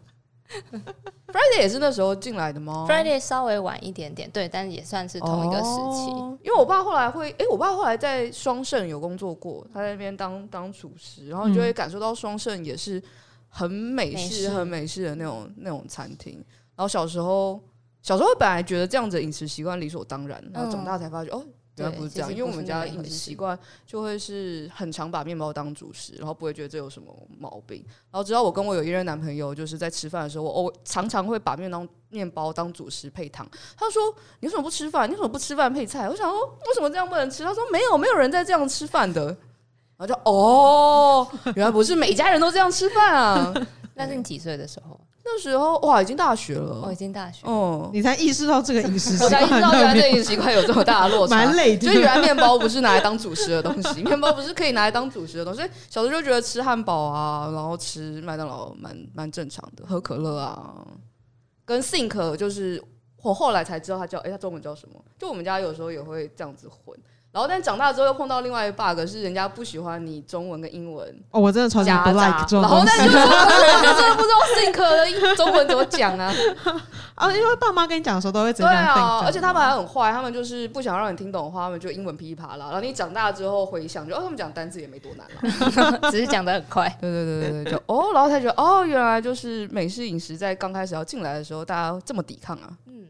Speaker 2: Friday 也是那时候进来的吗
Speaker 3: Friday 稍微晚一点点，对，但是也算是同一个时期。
Speaker 2: 哦因为我爸后来会，哎、我爸后来在双盛有工作过，他在那边当当厨
Speaker 1: 嗯
Speaker 2: 师，然后你就会感受到双盛也是很美
Speaker 3: 美
Speaker 2: 式、
Speaker 3: 式
Speaker 2: 很美式的那种那种餐厅。然后小时候，小时候本来觉得这样子的饮食习惯理所当然，然后
Speaker 1: 嗯
Speaker 2: 长大才发觉、哦。原来
Speaker 3: 对
Speaker 2: 不是这样，
Speaker 3: 其
Speaker 2: 因
Speaker 3: 实
Speaker 2: 为我
Speaker 3: 不是
Speaker 2: 们
Speaker 3: 那么
Speaker 2: 家
Speaker 3: 一回
Speaker 2: 饮食
Speaker 3: 事
Speaker 2: 习惯就会是很常把面包当主食，然后不会觉得这有什么毛病。然后直到我跟我有一任男朋友，就是在吃饭的时候，我偶常常会把面当面包当主食配糖。他说：“你为什么不吃饭？你为什么不吃饭配菜？”我想说，为什么这样不能吃？他说：“没有，没有人在这样吃饭的。”然后就哦，原来不是每家人都这样吃饭啊！
Speaker 3: 那是你几岁的时候？
Speaker 2: 那时候哇，已经大学
Speaker 3: 我
Speaker 2: 了
Speaker 3: 哦已，经大学，
Speaker 2: 嗯，
Speaker 1: 你才意识到这个饮食习
Speaker 2: 我 才
Speaker 1: 惯
Speaker 2: 意识到原
Speaker 1: 特
Speaker 2: 来
Speaker 1: 别
Speaker 2: 这饮食习惯有这么大的落差
Speaker 1: 蛮。累的，
Speaker 2: 就原来面包不是拿来当主食的东西， 面包不是可以拿来当主食的东西。所以小时候就觉得吃汉堡啊，然后吃麦当劳蛮蛮正常的，喝可乐啊，跟 think 就是我后来才知道它叫，哎、它中文叫什么？就我们家有时候也会这样子混。然后但长大之后又碰到另外一个 bug，是人家不喜欢你中文跟英文
Speaker 1: 哦，我真的超级不
Speaker 2: 夹
Speaker 1: like
Speaker 2: 杂，
Speaker 1: 这种
Speaker 2: 然后
Speaker 1: 东西
Speaker 2: 但就是我真的不知道 think 的中文怎么讲啊。
Speaker 1: 啊，因为爸妈跟你讲的时候都会直接
Speaker 2: 对
Speaker 1: 这样
Speaker 2: 啊，
Speaker 1: 定
Speaker 2: 而且他们还很坏，他们就是不想让你听懂的话，他们就英文噼里啪啦。然后你长大之后回想，就哦，他们讲单字也没多难啦。
Speaker 3: 只是讲的很快。
Speaker 2: 对对对对 对，就哦，然后才觉得哦，原来就是美式饮食在刚开始要进来的时候，大家这么抵抗啊。
Speaker 3: 嗯，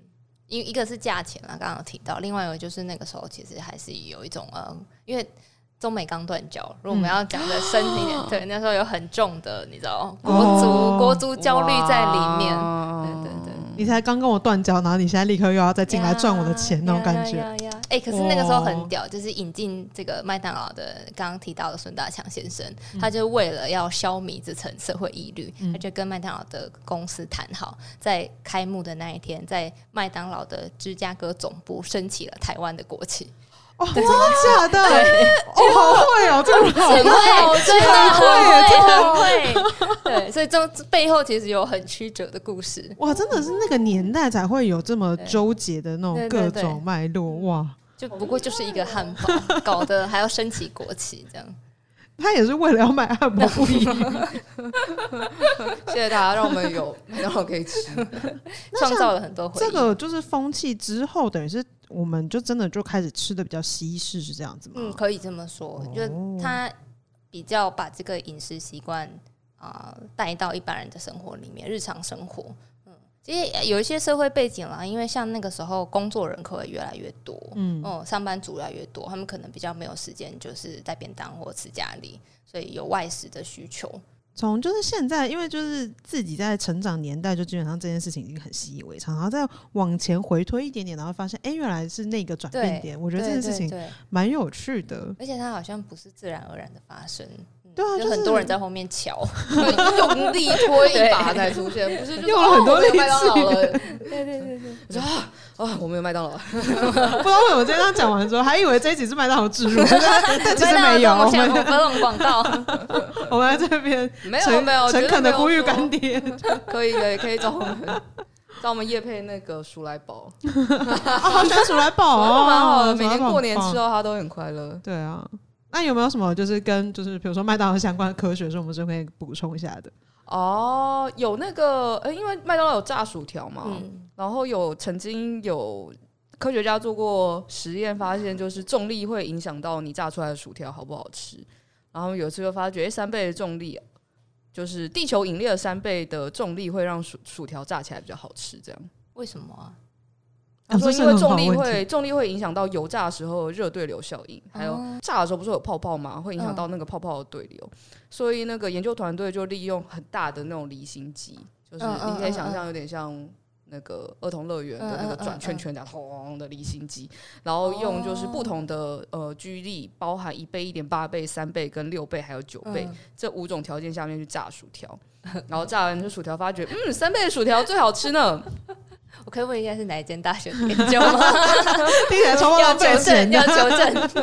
Speaker 3: 一一个是价钱啦，刚刚有提到，另外一个就是那个时候其实还是有一种呃，因为中美刚断交，如果我们要讲的深一 点，对，那时候有很重的，你知道，国族、
Speaker 1: 哦
Speaker 3: 国族焦虑在里面。
Speaker 2: 哇
Speaker 3: 对对对，
Speaker 1: 你才刚跟我断交，然后你现在立刻又要再进来赚我的钱那种感
Speaker 3: 呀
Speaker 1: 觉，
Speaker 3: 呀呀呀哎、可是那个时候很屌，就是引进这个麦当劳的刚刚提到的孙大强先生，他就为了要消弭这层社会疑虑，
Speaker 1: 嗯
Speaker 3: 他就跟麦当劳的公司谈好，在开幕的那一天，在麦当劳的芝加哥总部升起了台湾的国旗。
Speaker 1: 哦，真的假的？哦，好会 哦，这个好会，
Speaker 3: 很会，真的
Speaker 1: 很
Speaker 3: 会，很会。对，所以这背后其实有很曲折的故事。
Speaker 1: 哇，真的是那个年代才会有这么纠结的那种
Speaker 3: 对
Speaker 1: 各
Speaker 3: 对对
Speaker 1: 种脉络，哇，
Speaker 3: 就不过就是一个 汉堡，搞得还要升起国旗这样。
Speaker 1: 他也是为了要卖按摩 椅，
Speaker 2: 谢谢大家，让我们有麦当劳可以吃。
Speaker 3: 创造了很多回忆。
Speaker 1: 这个就是风气之后，等于是我们就真的就开始吃的比较西式，是这样子吗？哦
Speaker 3: 嗯，可以这么说，就是他比较把这个饮食习惯啊带到一般人的生活里面，日常生活。嗯，其实也有一些社会背景啦，因为像那个时候工作人口也越来越多，
Speaker 1: 嗯
Speaker 3: 嗯，哦，上班族越来越多，他们可能比较没有时间就是带便当或吃家里，所以有外食的需求。
Speaker 1: 从就是现在，因为就是自己在成长年代，就基本上这件事情已经很习以为常，然后再往前回推一点点，然后发现，哎、原来是那个转变
Speaker 3: 对，
Speaker 1: 点。我觉得这件
Speaker 3: 对
Speaker 1: 事情
Speaker 3: 对对
Speaker 1: 蛮有趣的。
Speaker 3: 而且它好像不是自然而然的发生，嗯
Speaker 1: 对啊
Speaker 3: 就
Speaker 1: 就是
Speaker 3: 很多人在后面瞧。
Speaker 2: 用力推一把才出现，不是就是
Speaker 1: 用了很多
Speaker 2: 哦我
Speaker 1: 力
Speaker 2: 们
Speaker 1: 气
Speaker 2: 有麦当劳了，
Speaker 3: 对对对对，
Speaker 2: 我说啊啊，我们有麦当劳了，
Speaker 1: 不知道为什么今天这样讲完之后，还以为这一集是麦当劳 置入，但其实没有。哦我
Speaker 3: 我想
Speaker 1: 们
Speaker 3: 我不用 广告。
Speaker 1: 我们在这边
Speaker 2: 没有
Speaker 1: 诚
Speaker 2: 没有，
Speaker 1: 诚恳的呼吁干
Speaker 2: 干
Speaker 1: 爹
Speaker 2: 可以可以可以找我们。 找我们叶配那个鼠来宝，
Speaker 1: 啊，好喜欢鼠来宝
Speaker 2: 蛮好
Speaker 1: 哦
Speaker 2: 的，，每
Speaker 1: 鼠来
Speaker 2: 年
Speaker 1: 宝
Speaker 2: 过年
Speaker 1: 很
Speaker 2: 吃
Speaker 1: 棒。
Speaker 2: 到它都很快乐。
Speaker 1: 对啊，那有没有什么就是跟就是比如说麦当劳相关的科学是我们是可以补充一下的？
Speaker 2: 哦，有那个，呃、因为麦当劳有炸薯条嘛，
Speaker 3: 嗯，
Speaker 2: 然后有曾经有科学家做过实验，发现就是重力会影响到你炸出来的薯条好不好吃。然后有一次就发觉，诶三倍的重力，就是地球引力的三倍的重力会让薯薯条炸起来比较好吃，这样。
Speaker 3: 为什么啊？
Speaker 2: 他
Speaker 1: 啊这
Speaker 2: 说，
Speaker 1: 是
Speaker 2: 因为
Speaker 1: 很好
Speaker 2: 重力
Speaker 1: 问题
Speaker 2: 会重力会影响到油炸的时候的热对流效应，还有
Speaker 3: 哦
Speaker 2: 炸的时候不是有泡泡吗？会影
Speaker 3: 嗯
Speaker 2: 响到那个泡泡的对流，所以那个研究团队就利用很大的那种离心机，就是
Speaker 3: 嗯嗯
Speaker 2: 你可以
Speaker 3: 嗯
Speaker 2: 想
Speaker 3: 嗯
Speaker 2: 象有点像。那个儿童乐园的那个
Speaker 3: 嗯嗯嗯哦
Speaker 2: 转圈圈的轰的离心机，然后用就是不同的呃 G 力，包含一倍、一点八倍、三倍、跟六倍还有九倍，
Speaker 3: 嗯
Speaker 2: 这五种条件下面去炸薯条，然后炸完这薯条发觉，嗯，三倍的薯条最好吃呢，
Speaker 3: 我可以问一下是哪一间大学的研究吗？
Speaker 1: 听起来超
Speaker 3: 要
Speaker 1: 浪费钱啊
Speaker 3: 求证，
Speaker 1: 的
Speaker 3: 要。求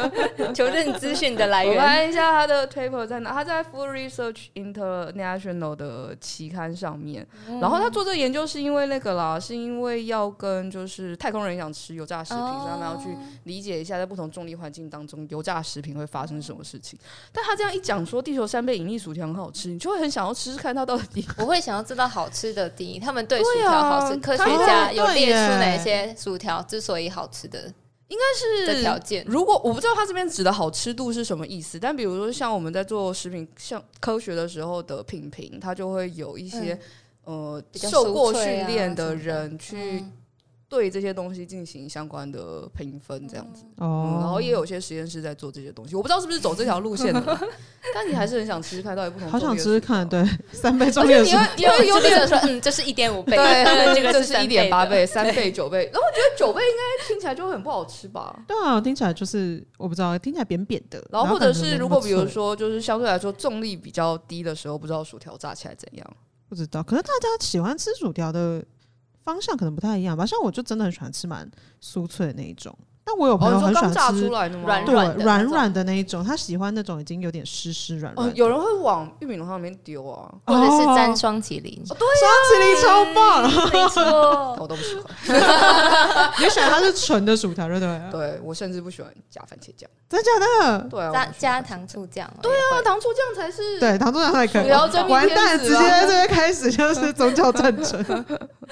Speaker 3: 证，求证资讯的来
Speaker 2: 我
Speaker 3: 源。
Speaker 2: 翻一下他的 paper 在哪？他在 Food Research International 的期刊上面。
Speaker 3: 嗯
Speaker 2: 然后他做这个研究是因为那个啦，是因为要跟就是太空人想吃油炸食品，
Speaker 3: 哦
Speaker 2: 所以他们要去理解一下在不同重力环境当中油炸食品会发生什么事情。但他这样一讲说地球三倍引力薯条很好吃，你就会很想要吃吃看它到底。
Speaker 3: 我会想要知道好吃的定义，他们对薯
Speaker 2: 对啊
Speaker 3: 条好吃，科学
Speaker 1: 他
Speaker 3: 家
Speaker 1: 们
Speaker 3: 有
Speaker 1: 对
Speaker 3: 列出
Speaker 1: 耶
Speaker 3: 哪些薯条之所以好吃的，应该是的条件。
Speaker 2: 如果我不知道他这边指的好吃度是什么意思，但比如说像我们在做食品像科学的时候的品评，它就会有一些、呃
Speaker 3: 比较
Speaker 2: 受过
Speaker 3: 酥
Speaker 2: 训
Speaker 3: 脆啊
Speaker 2: 练的
Speaker 3: 什么的
Speaker 2: 人去对这些东西进行相关的评分，这样子。嗯，然
Speaker 1: 哦
Speaker 2: 后，也有些实验室在做这些东西，我不知道是不是走这条路线的啦，但你还是很想吃吃看到底不同。
Speaker 1: 好想吃吃看，，对， 三倍重
Speaker 2: 而
Speaker 1: 力
Speaker 2: 且
Speaker 1: 的
Speaker 2: 你
Speaker 1: 时候
Speaker 2: 会你会有点
Speaker 3: 点说，嗯，这是一点五倍，
Speaker 2: 对，
Speaker 3: 这个
Speaker 2: 是一点八
Speaker 3: 3倍的。
Speaker 2: 倍、三倍、九倍，然后我觉得九倍应该听起来就很不好吃吧。
Speaker 1: 对啊，听起来就是我不知道，听起来扁扁的。
Speaker 2: 然后或者
Speaker 1: 感觉没
Speaker 2: 是
Speaker 1: 那
Speaker 2: 如
Speaker 1: 么
Speaker 2: 果比如
Speaker 1: 脆
Speaker 2: 说就是相对来说重力比较低的时候，不知道薯条炸起来怎样，
Speaker 1: 不知道，可能大家喜欢吃薯条的方向可能不太一样吧。像我就真的很喜欢吃蛮酥脆的那一种，但我有朋
Speaker 2: 哦，
Speaker 1: 友
Speaker 2: 你说
Speaker 1: 很喜
Speaker 2: 刚炸
Speaker 1: 欢
Speaker 2: 出
Speaker 1: 吃
Speaker 2: 来的吗？哦
Speaker 3: 软
Speaker 1: 对
Speaker 3: 软的那
Speaker 1: 软
Speaker 3: 种
Speaker 1: 软的那一种，他喜欢那种已经有点湿湿软
Speaker 2: 哦
Speaker 1: 软，的。
Speaker 2: 有人会往玉米浓汤里面丢啊，
Speaker 3: 或者是沾
Speaker 1: 哦
Speaker 3: 双麒麟，
Speaker 1: 双麒麟超棒，
Speaker 3: 没错，
Speaker 2: 我都不喜欢。
Speaker 1: 你喜欢它是纯的薯条，对不对？
Speaker 2: 对我甚至不喜欢加番茄酱。
Speaker 1: 真的假的？
Speaker 2: 对啊，
Speaker 3: 加
Speaker 2: 我不喜欢
Speaker 3: 加
Speaker 2: 番茄
Speaker 3: 糖醋酱，
Speaker 2: 对啊，糖醋酱才 是。
Speaker 1: 对，唐中阳太可以
Speaker 2: 薯条真命
Speaker 1: 完蛋，
Speaker 2: 天
Speaker 1: 直
Speaker 2: 子
Speaker 1: 接
Speaker 2: 啊
Speaker 1: 在这边开始就是宗教战争。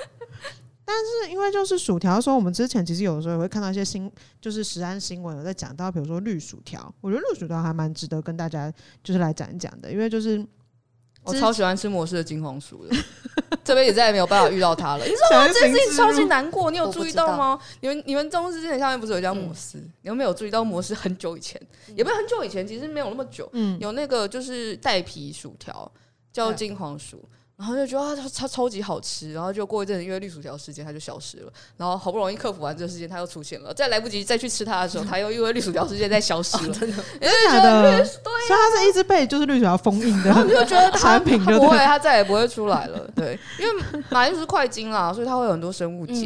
Speaker 1: 但是因为就是薯条的时候，我们之前其实有的时候也会看到一些新，就是食安新闻有在讲到，比如说绿薯条，我觉得绿薯条还蛮值得跟大家就是来讲一讲的，因为就是
Speaker 2: 我
Speaker 1: 之
Speaker 2: 超喜欢吃摩斯的金黄薯 的，这辈子再也没有办法遇到它了。你知道
Speaker 1: 道
Speaker 2: 这件事情超级难过，你有
Speaker 3: 我不
Speaker 2: 注意
Speaker 3: 知道
Speaker 2: 到吗？你们你们中式之前下面不是有一家摩斯？你们没有注意到摩斯很久以前，也不是很久以前，其实没有那么久，
Speaker 1: 嗯，
Speaker 2: 有那个就是带皮薯条叫
Speaker 3: 嗯
Speaker 2: 金黄薯。然后就觉得啊它它超级好吃，然后就过一阵子因为绿薯条事件它就消失了，然后好不容易克服完这个事件它又出现了，再来不及再去吃它的时候，它又因为绿薯条事件再消失了，
Speaker 1: 真的假的？所以它是一直被就是绿薯条封印
Speaker 2: 啊 然后你
Speaker 1: 的，
Speaker 2: 就觉得它
Speaker 1: 产品
Speaker 2: 它
Speaker 1: 就
Speaker 2: 不会，
Speaker 1: 对
Speaker 2: 它再也不会出来了。对，因为马铃薯是快精啦，所以它会有很多生物碱。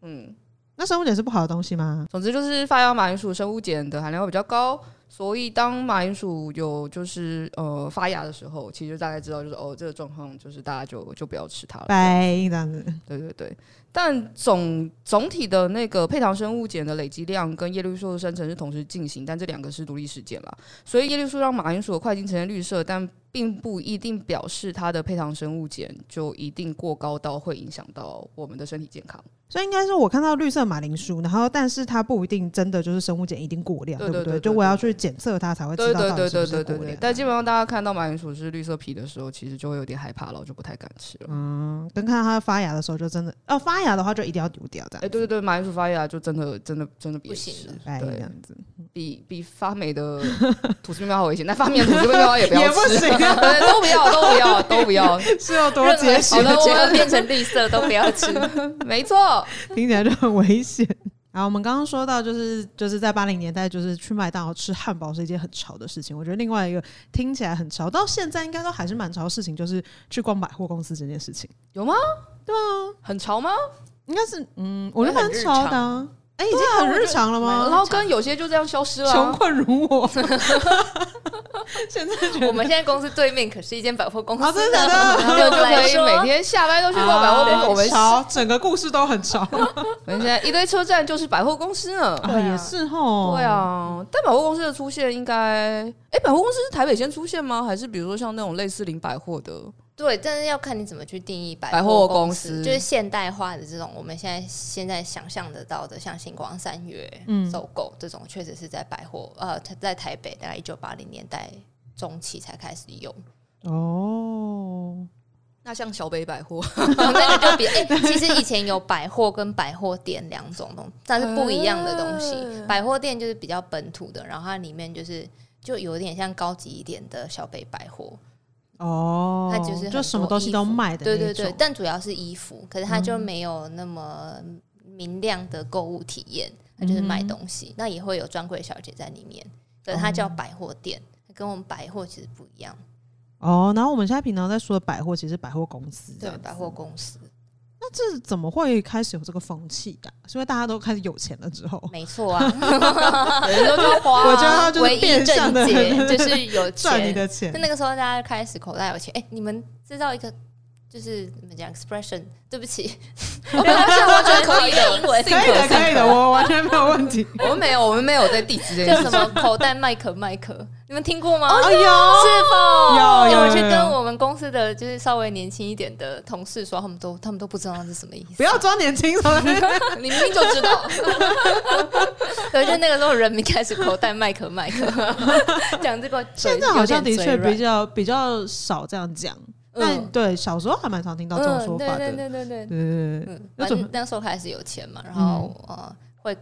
Speaker 2: 嗯
Speaker 1: 那生物碱是不好的东西吗？
Speaker 2: 总之就是发酵马铃薯生物碱的含量会比较高，所以当马铃薯有就是呃发芽的时候，其实就大概知道就是哦这个状况，就是大家就就不要吃它了。
Speaker 1: 拜，这样子，
Speaker 2: 对对对，但总总体的那个配糖生物碱的累积量跟叶绿素的生成是同时进行，但这两个是独立事件啦。所以叶绿素让马铃薯的快进呈现绿色，但并不一定表示它的配糖生物碱就一定过高到会影响到我们的身体健康。
Speaker 1: 所以应该是我看到绿色马铃薯，然后但是它不一定真的就是生物碱一定过量，
Speaker 2: 对
Speaker 1: 不
Speaker 2: 对对对
Speaker 1: 就我要去检测它才会知
Speaker 2: 对
Speaker 1: 道
Speaker 2: 对
Speaker 1: 到底
Speaker 2: 对
Speaker 1: 是不
Speaker 2: 对
Speaker 1: 是啊
Speaker 2: 对对
Speaker 1: 过
Speaker 2: 对
Speaker 1: 量。。
Speaker 2: 但基本上大家看到马铃薯是绿色皮的时候，其实就会有点害怕了，就不太敢吃了。
Speaker 1: 嗯，跟看到它发芽的时候就真的，哦，发芽的话就一定要丢掉这
Speaker 2: 哎、
Speaker 1: 样子，
Speaker 2: 对对对，马铃薯发芽就真的真的真的别
Speaker 3: 不行
Speaker 2: 吃
Speaker 3: 了，
Speaker 1: 哎，这
Speaker 2: 对，
Speaker 1: 样 子，
Speaker 2: 比 比发霉的吐司面包好危险，但发霉的吐司面包也不要
Speaker 1: 也
Speaker 2: 吃，
Speaker 1: 不行啊
Speaker 2: 对，都不要，都 不要，都不要，
Speaker 1: 是有 多
Speaker 3: 任何
Speaker 1: 节
Speaker 3: 好
Speaker 1: 选
Speaker 3: 的，
Speaker 2: 节
Speaker 3: 我们变成绿色都不要 吃，
Speaker 2: 没错，
Speaker 1: 听起来就很危险。然后我们刚刚说到，就是就是在八零年代，就是去麦当劳吃汉堡是一件很潮的事情。我觉得另外一个听起来很潮，到现在应该都还是蛮潮的事情，就是去逛百货公司这件事情，
Speaker 2: 有吗？对啊，很潮吗？
Speaker 1: 应该是嗯，我觉得
Speaker 3: 很
Speaker 1: 蛮
Speaker 3: 日
Speaker 1: 潮的、啊
Speaker 3: 常。
Speaker 1: 哎、已经嗯很日常了吗？
Speaker 2: 然后跟有些就这样消失了
Speaker 1: 穷
Speaker 2: 啊、
Speaker 1: 困如 我，现在 觉得
Speaker 3: 我们现在公司对面可是一间百货公司
Speaker 1: 哦
Speaker 3: 呢，
Speaker 1: 真的假 的
Speaker 2: 然后
Speaker 3: 对我
Speaker 2: 就
Speaker 3: 们
Speaker 2: 可
Speaker 3: 来
Speaker 2: 以
Speaker 3: 说
Speaker 2: 每天下班都去逛百货公司。
Speaker 1: 啊
Speaker 2: 我们啊
Speaker 1: 潮，整个故事都很潮，
Speaker 2: 我们现在一堆车站就是百货公 司呢。
Speaker 1: 啊也是吼，
Speaker 2: 对，啊，但百货公司的出现应该，哎，百货公司是台北先出现吗？还是比如说像那种类似零百货的？
Speaker 3: 对，但是要看你怎么去定义百
Speaker 2: 百货
Speaker 3: 货
Speaker 2: 公
Speaker 3: 司，
Speaker 2: 司
Speaker 3: 就是现代化的这种，我们现在现在想象得到的，像星光三月、
Speaker 1: 嗯
Speaker 3: 搜狗这种，确实是在百货呃，它在台北大概一九八零年代中期才开始 有，
Speaker 1: 哦，
Speaker 2: 那像小北百货，
Speaker 3: 然后那个就比、哎，其实以前有百货跟百货店两种东西，但是不一样的东西。
Speaker 2: 嗯
Speaker 3: 百货店就是比较本土的，然后它里面就是就有点像高级一点的小北百货，
Speaker 1: 哦，
Speaker 3: 它就是很
Speaker 1: 就
Speaker 3: 多
Speaker 1: 什么东西都卖的那
Speaker 3: 对
Speaker 1: 一种，嗯
Speaker 3: 对对，但主要是衣服，可是它就没有那么明亮的购物体验，它就是
Speaker 1: 嗯
Speaker 3: 卖东西，那也会有专柜小姐在里面，可是它叫百货店，跟我们百货其实不一样，
Speaker 1: 哦，然后我们现在平常在说的百货，其实是百货公司这
Speaker 3: 对
Speaker 1: 样，子
Speaker 3: 百货公司，
Speaker 1: 那这怎么会开始有这个风气的、是因为大家都开始有钱了之后，
Speaker 3: 没错啊，
Speaker 2: 人家就花、
Speaker 1: 哦 我觉得它就是
Speaker 3: 唯一
Speaker 1: 变相
Speaker 3: 正
Speaker 1: 的
Speaker 3: 解就是有
Speaker 1: 赚你
Speaker 3: 钱，
Speaker 1: 的
Speaker 3: 就
Speaker 1: 钱，
Speaker 3: 那个时候大家开始口袋有钱，哎、你们知道一个就是怎么讲 expression？对不 起， 啊
Speaker 2: 我本来想我觉得可以
Speaker 3: 英文
Speaker 1: 可以的，可以的，我完全没有问题。
Speaker 2: 我们没有，我们没有在地址这件
Speaker 3: 叫
Speaker 2: 事
Speaker 3: 什
Speaker 2: 情。
Speaker 3: 么口袋麦克麦克，你们听过吗？
Speaker 1: 哦，有
Speaker 3: 是否？
Speaker 1: 有
Speaker 3: 因为我
Speaker 1: 有
Speaker 3: 去
Speaker 1: 有
Speaker 3: 跟
Speaker 1: 有
Speaker 3: 我们公司的就是稍微年轻一点的同事说，他们都他们都不知道那是什么意思。
Speaker 1: 不要装年轻，什么
Speaker 2: 你明明就知道，
Speaker 3: 对，就那个时候人民开始口袋麦克麦克， 讲这个嘴
Speaker 1: 现在好像
Speaker 3: 有
Speaker 1: 的
Speaker 3: 点嘴
Speaker 1: 确
Speaker 3: 软
Speaker 1: 比较比较少这样讲，
Speaker 3: 嗯
Speaker 1: 但对小时候还蛮常听到这种说法的。
Speaker 3: 嗯、对对对
Speaker 1: 对对
Speaker 3: 对对，
Speaker 1: 对，
Speaker 3: 嗯，
Speaker 1: 那
Speaker 3: 反
Speaker 1: 种
Speaker 3: 正那时候开始有钱嘛，然后、呃，会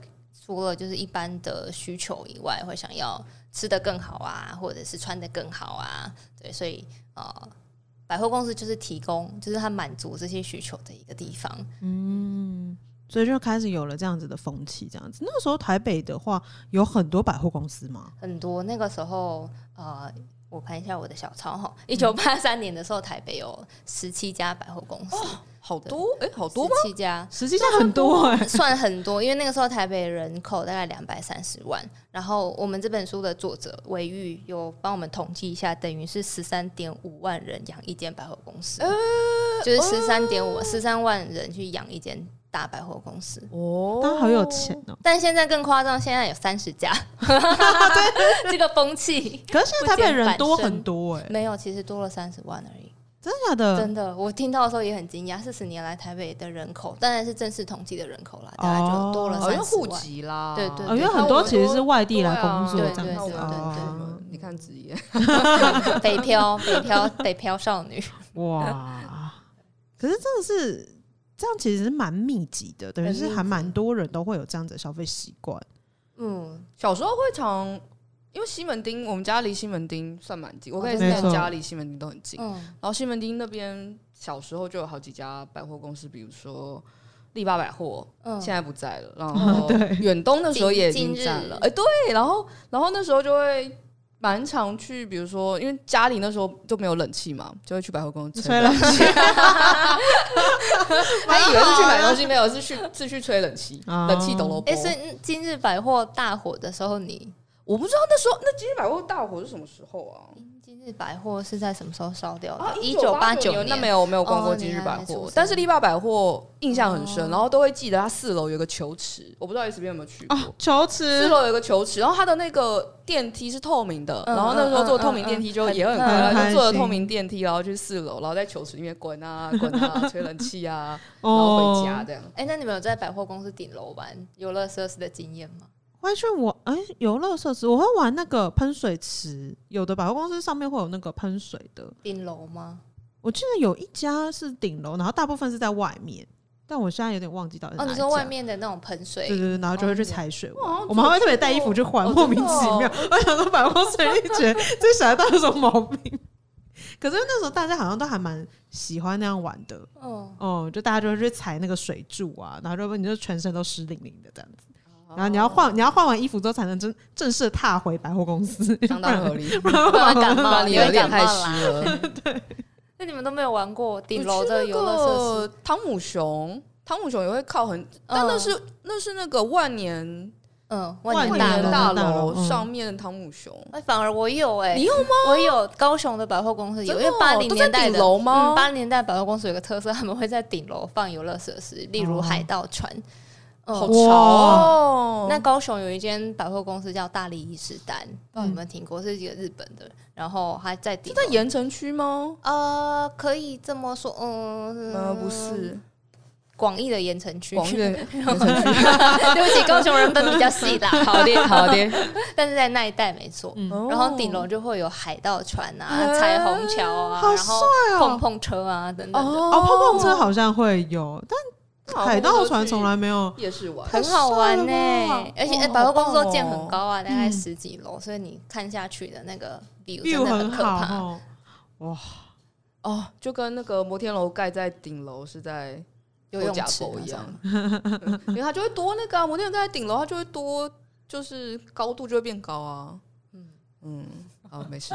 Speaker 3: 除了就是一般的需求以外，会想要吃的更好啊，或者是穿的更好啊，对，所以呃，百货公司就是提供，就是它满足这些需求的一个地方。
Speaker 1: 嗯，所以就开始有了这样子的风气，这样子。那个时候台北的话，有很多百货公司嘛，
Speaker 3: 很多那个时候，呃，我看一下我的小抄哈，一九八三年的时候，台北有十七家百货公司，
Speaker 2: 好多哎、好多吗？
Speaker 3: 十七家，
Speaker 1: 实际上很多
Speaker 2: 欸
Speaker 1: 哎、
Speaker 3: 算很多，因为那个时候台北人口大概两百三十万，然后我们这本书的作者韦玉有帮我们统计一下，等于是十三点五万人养一间百货公司，
Speaker 2: 呃
Speaker 3: 就是十三点五十三万人去养一间大百货公司。
Speaker 2: 哦
Speaker 1: 大家好有钱哦、
Speaker 3: 但现在更夸张，现在有三十 家，这个风气
Speaker 1: 可是现在台北人多很多哎、
Speaker 3: 没有，其实多了三十万而已。
Speaker 1: 真的假
Speaker 2: 嗯
Speaker 1: 的？
Speaker 3: 真的，我听到的时候也很惊讶，四十年来台北的人口，当然是正式统计的人口啦，大概就多了
Speaker 1: 哦
Speaker 2: 好
Speaker 3: 三
Speaker 2: 像
Speaker 3: 十
Speaker 2: 户
Speaker 3: 万。
Speaker 2: 籍啦，
Speaker 3: 对对
Speaker 1: 哦，
Speaker 3: 对
Speaker 1: 因为很多其实是外地来工作
Speaker 3: 对啊
Speaker 1: 这样子
Speaker 3: 对对对对
Speaker 1: 哦，
Speaker 2: 你看子怡，
Speaker 3: 北漂，北漂，北漂少女。
Speaker 1: 哇！ 可是真的是这样，其实是蛮密集的，等于是
Speaker 3: 很密
Speaker 1: 还蛮多人都会有这样子的消费习惯。
Speaker 3: 嗯，
Speaker 2: 小时候会常，因为西门町，我们家离西门町算蛮近，我跟
Speaker 3: 哦
Speaker 2: 你
Speaker 1: 没
Speaker 2: 在
Speaker 1: 错
Speaker 2: 家离西门町都很近。
Speaker 3: 嗯，
Speaker 2: 然后西门町那边小时候就有好几家百货公司，比如说利巴百货，
Speaker 3: 嗯
Speaker 2: 现在不在了。然后
Speaker 1: 对
Speaker 2: 远东那时候也已
Speaker 3: 今
Speaker 2: 经
Speaker 3: 今日
Speaker 2: 占了，哎、对，然后然后那时候就会。蛮常去，比如说，因为家里那时候就没有冷气嘛，就会去百货公司
Speaker 1: 吹冷
Speaker 2: 气。 还以为是去买东西，没有是去是去吹冷气，
Speaker 1: 哦
Speaker 2: 冷气抖萝卜。
Speaker 3: 哎、所以今日百货大火的时候你，
Speaker 2: 我不知道那时候那今日百货大火是什么时候啊？
Speaker 3: 今日百货是在什么时候烧掉
Speaker 2: 啊
Speaker 3: 的？，
Speaker 2: 一
Speaker 3: 九
Speaker 2: 九
Speaker 3: 八
Speaker 2: 八
Speaker 3: 哦九
Speaker 2: 年那没
Speaker 3: 有，
Speaker 2: 有我没有逛
Speaker 3: 哦
Speaker 2: 过
Speaker 3: 你
Speaker 2: 今日
Speaker 3: 还
Speaker 2: 百
Speaker 3: 没出
Speaker 2: 货
Speaker 3: 生，
Speaker 2: 但是力霸百货印象很
Speaker 3: 哦
Speaker 2: 深，然后都会记得它四楼有个球池，我不知道 S B 有没有去过。
Speaker 1: 哦，求
Speaker 2: 四
Speaker 1: 吃
Speaker 2: 楼有个球池，然后它的那个电梯是透明的，
Speaker 3: 嗯
Speaker 2: 然后那时候
Speaker 3: 嗯
Speaker 2: 坐
Speaker 3: 嗯
Speaker 2: 透明电梯就也
Speaker 3: 嗯
Speaker 2: 很快
Speaker 1: 很
Speaker 2: 乐，
Speaker 1: 开
Speaker 2: 就坐
Speaker 1: 心
Speaker 2: 着透明电梯，然后去四楼，然后在球池里面滚 啊滚啊，吹冷气啊，然后
Speaker 1: 哦
Speaker 2: 回，家 这样。
Speaker 3: 哎、那你们有在百货公司顶楼玩游乐设施的经验吗？
Speaker 1: 会去我哎游乐设施，我会玩那个喷水池，有的百货公司上面会有那个喷水的。
Speaker 3: 顶楼吗？
Speaker 1: 我记得有一家是顶楼，然后大部分是在外面，但我现在有点忘记到底是
Speaker 3: 哦，
Speaker 1: 哪一
Speaker 3: 你说
Speaker 1: 家
Speaker 3: 外面的那种喷水，
Speaker 1: 对对对，然后就会去
Speaker 3: 哦
Speaker 1: 踩水
Speaker 2: 我好
Speaker 1: 玩
Speaker 2: 像，
Speaker 1: 我们还会
Speaker 2: 只
Speaker 1: 特
Speaker 2: 有
Speaker 1: 别
Speaker 2: 去
Speaker 1: 带衣服
Speaker 2: 过
Speaker 1: 去换，
Speaker 2: 哦
Speaker 1: 莫
Speaker 2: 真
Speaker 1: 名
Speaker 2: 的
Speaker 1: 其
Speaker 2: 哦
Speaker 1: 妙。我想说百货水利 觉这小孩到底有什么毛病？可是那时候大家好像都还蛮喜欢那样玩的，
Speaker 3: 嗯，
Speaker 1: 哦、就大家就会去踩那个水柱啊，然后就你就全身都湿淋淋的这样子，
Speaker 2: 哦
Speaker 1: 然后你要换你要换完衣服之后才能正正式踏回百货公司，
Speaker 2: 相当合理， 不
Speaker 3: 不然感冒，
Speaker 2: 然你
Speaker 3: 因
Speaker 2: 有
Speaker 3: 为
Speaker 2: 点
Speaker 3: 感冒
Speaker 2: 太
Speaker 3: 啦。
Speaker 2: 湿 了。
Speaker 3: 那你们都没有玩过顶楼
Speaker 2: 我去
Speaker 3: 的
Speaker 2: 那
Speaker 3: 游乐设施？
Speaker 2: 个汤姆熊，汤姆熊也会靠很，但那是那是那个万年
Speaker 3: 嗯，
Speaker 1: 万
Speaker 3: 万
Speaker 1: 年
Speaker 3: 年大
Speaker 1: 楼
Speaker 3: 楼
Speaker 2: 大
Speaker 1: 大楼嗯
Speaker 2: 上面的汤姆熊。
Speaker 3: 哎，反而我有哎、
Speaker 2: 你有吗？
Speaker 3: 我有高雄的百货公司有，因
Speaker 2: 真的
Speaker 3: 为
Speaker 2: 哦
Speaker 3: 八零
Speaker 2: 都在
Speaker 3: 年代
Speaker 2: 顶
Speaker 3: 的嗯
Speaker 2: 楼吗
Speaker 3: 八零、年代百货公司有个特色，他们会在顶楼放游乐设施，例如
Speaker 1: 哦
Speaker 3: 海盗船。
Speaker 2: 好
Speaker 3: 哦，
Speaker 1: 酷
Speaker 2: 潮哦！
Speaker 3: 那高雄有一间百货公司叫大力伊势丹，不知
Speaker 2: 嗯
Speaker 3: 道有没有听过，是一个日本的，然后还在顶
Speaker 2: 是
Speaker 3: 楼
Speaker 2: 在。盐城区吗？
Speaker 3: 呃，可以这么说，嗯，
Speaker 2: 呃，不，是，
Speaker 3: 广义的盐城区。
Speaker 2: 广
Speaker 3: 对
Speaker 2: 远 盐城区。
Speaker 3: 不起，高雄人分比较细啦，
Speaker 2: 好的， 好的。
Speaker 3: 但是在那一带没错。
Speaker 2: 哦
Speaker 3: 然后顶楼就会有海盗船啊、
Speaker 2: 哎
Speaker 3: 彩虹桥啊，
Speaker 1: 好
Speaker 3: 然后
Speaker 1: 帅哦
Speaker 3: 碰碰车啊等等的，
Speaker 1: 哦，碰碰车好像会有，但海盗船从来没有。
Speaker 2: 夜市玩，
Speaker 1: 太
Speaker 3: 很好玩呢、
Speaker 1: 帅了吧
Speaker 3: 而且、
Speaker 2: 哇
Speaker 3: 哎
Speaker 2: 好
Speaker 3: 百货公司
Speaker 2: 棒
Speaker 3: 都建很
Speaker 2: 哦
Speaker 3: 高啊，大概
Speaker 1: 嗯
Speaker 3: 十几楼，所以你看下去的那个 view 真
Speaker 1: view
Speaker 3: 的
Speaker 1: 很
Speaker 3: 可怕。
Speaker 1: 好哦，
Speaker 2: 哦，就跟那个摩天楼盖在顶楼是在
Speaker 3: 游泳
Speaker 2: 欧甲
Speaker 3: 池
Speaker 2: 沟
Speaker 3: 那
Speaker 2: 一
Speaker 3: 种
Speaker 2: 样，因为它就会多那个啊摩天轮盖在顶楼，它就会多，就是高度就会变高啊。
Speaker 3: 嗯
Speaker 2: 嗯嗯，好，没事。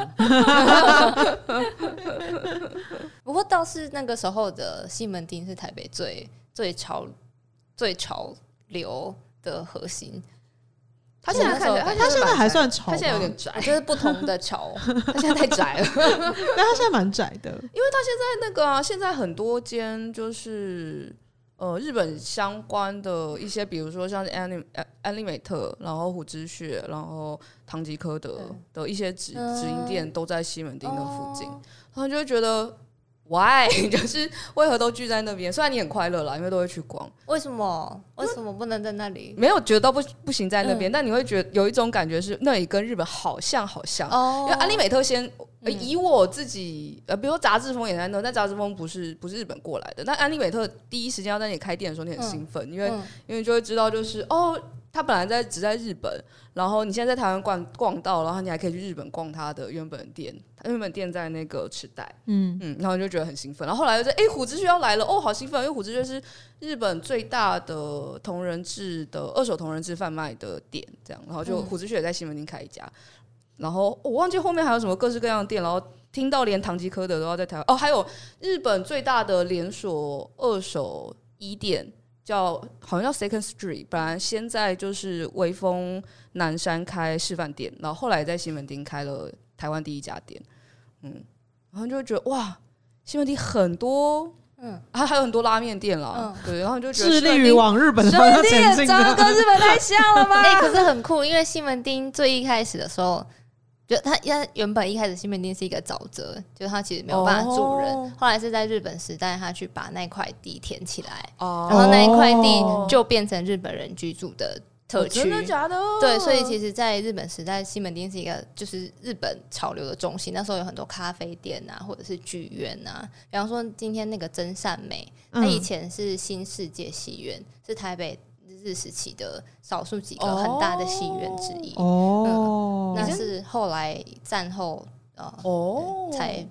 Speaker 3: 不过倒是那个时候的西门町是台北最最潮最潮流的核心，
Speaker 2: 他现在看起来，
Speaker 1: 他现在还
Speaker 2: 蛮宅
Speaker 1: 算丑
Speaker 2: 他
Speaker 1: 吗，
Speaker 2: 现在有点宅，
Speaker 3: 就是不同的潮。
Speaker 2: 他现在 太宅了。
Speaker 1: 但他现在蛮窄的，
Speaker 2: 那个啊，现在很多间就是呃日本相关的一些，比如说像是安利安安利美特，然后虎之穴，然后唐吉诃德
Speaker 3: 嗯
Speaker 2: 的一些直
Speaker 3: 嗯
Speaker 2: 直营店都在西门町的附近，
Speaker 3: 哦
Speaker 2: 他们就会觉得。Why？就是 为何都聚在那边？虽然你很快乐啦，因为都会去逛，
Speaker 3: 为什么为什么不能在那里？
Speaker 2: 没有觉得到不不行在那
Speaker 3: 嗯
Speaker 2: 边，但你会觉得有一种感觉是那里跟日本好像好像，
Speaker 3: 哦
Speaker 2: 因为安利美特先、呃、
Speaker 3: 嗯
Speaker 2: 以我自己呃，比如说杂志风也在那，但杂志风不是不是日本过来的。但安利美特第一时间要在那里开店的时候，你很兴奋，因为
Speaker 3: 嗯
Speaker 2: 因为你就会知道就是哦，他本来在只在日本，然后你现在在台湾逛逛到，然后你还可以去日本逛他的原本店，他原本店在那个池袋，
Speaker 1: 嗯，
Speaker 2: 嗯，然后你就觉得很兴奋。然后后来就是哎，虎之穴要来了，哦，好兴奋，因为虎之穴是日本最大的同人志的二手同人志贩卖的店，这样，然后就
Speaker 3: 嗯
Speaker 2: 虎之穴也在西门町开一家。然后我忘记后面还有什么各式各样的店，然后听到连唐吉诃德都要在台湾哦，还有日本最大的连锁二手衣店叫好像叫 Second Street，本来先在就是威风南山开示范店，然后后来在西门町开了台湾第一家店，嗯，然后就会觉得哇，西门町很多。嗯，还还有很多拉面店啦，对，然后你就觉得
Speaker 1: 致力
Speaker 2: 西门
Speaker 1: 于
Speaker 2: 町
Speaker 1: 往日本的
Speaker 2: 兄
Speaker 1: 方向
Speaker 2: 弟
Speaker 1: 前进啊
Speaker 2: 长得
Speaker 1: 的。
Speaker 2: 跟日本太像了 吗？
Speaker 3: 哎、可是很酷，因为西门町最一开始的时候，就它它原本一开始西门町是一个沼泽，就它其实没有办法住人。
Speaker 2: 哦
Speaker 3: 后来是在日本时代，他去把那块地填起来，然
Speaker 2: 哦，
Speaker 3: 后那一块地
Speaker 1: 哦
Speaker 3: 就变成日本人居住的特区。
Speaker 2: 哦真的假的？
Speaker 3: 对，所以其实，在日本时代，西门町是一个就是日本潮流的中心。那时候有很多咖啡店啊，或者是剧院啊。比方说，今天那个真善美，
Speaker 1: 嗯
Speaker 3: 它以前是新世界戏院，是台北日治时期的少数几个很大的戏院之一。
Speaker 1: 哦，
Speaker 3: 那是后来战后呃
Speaker 2: 哦，
Speaker 3: 才。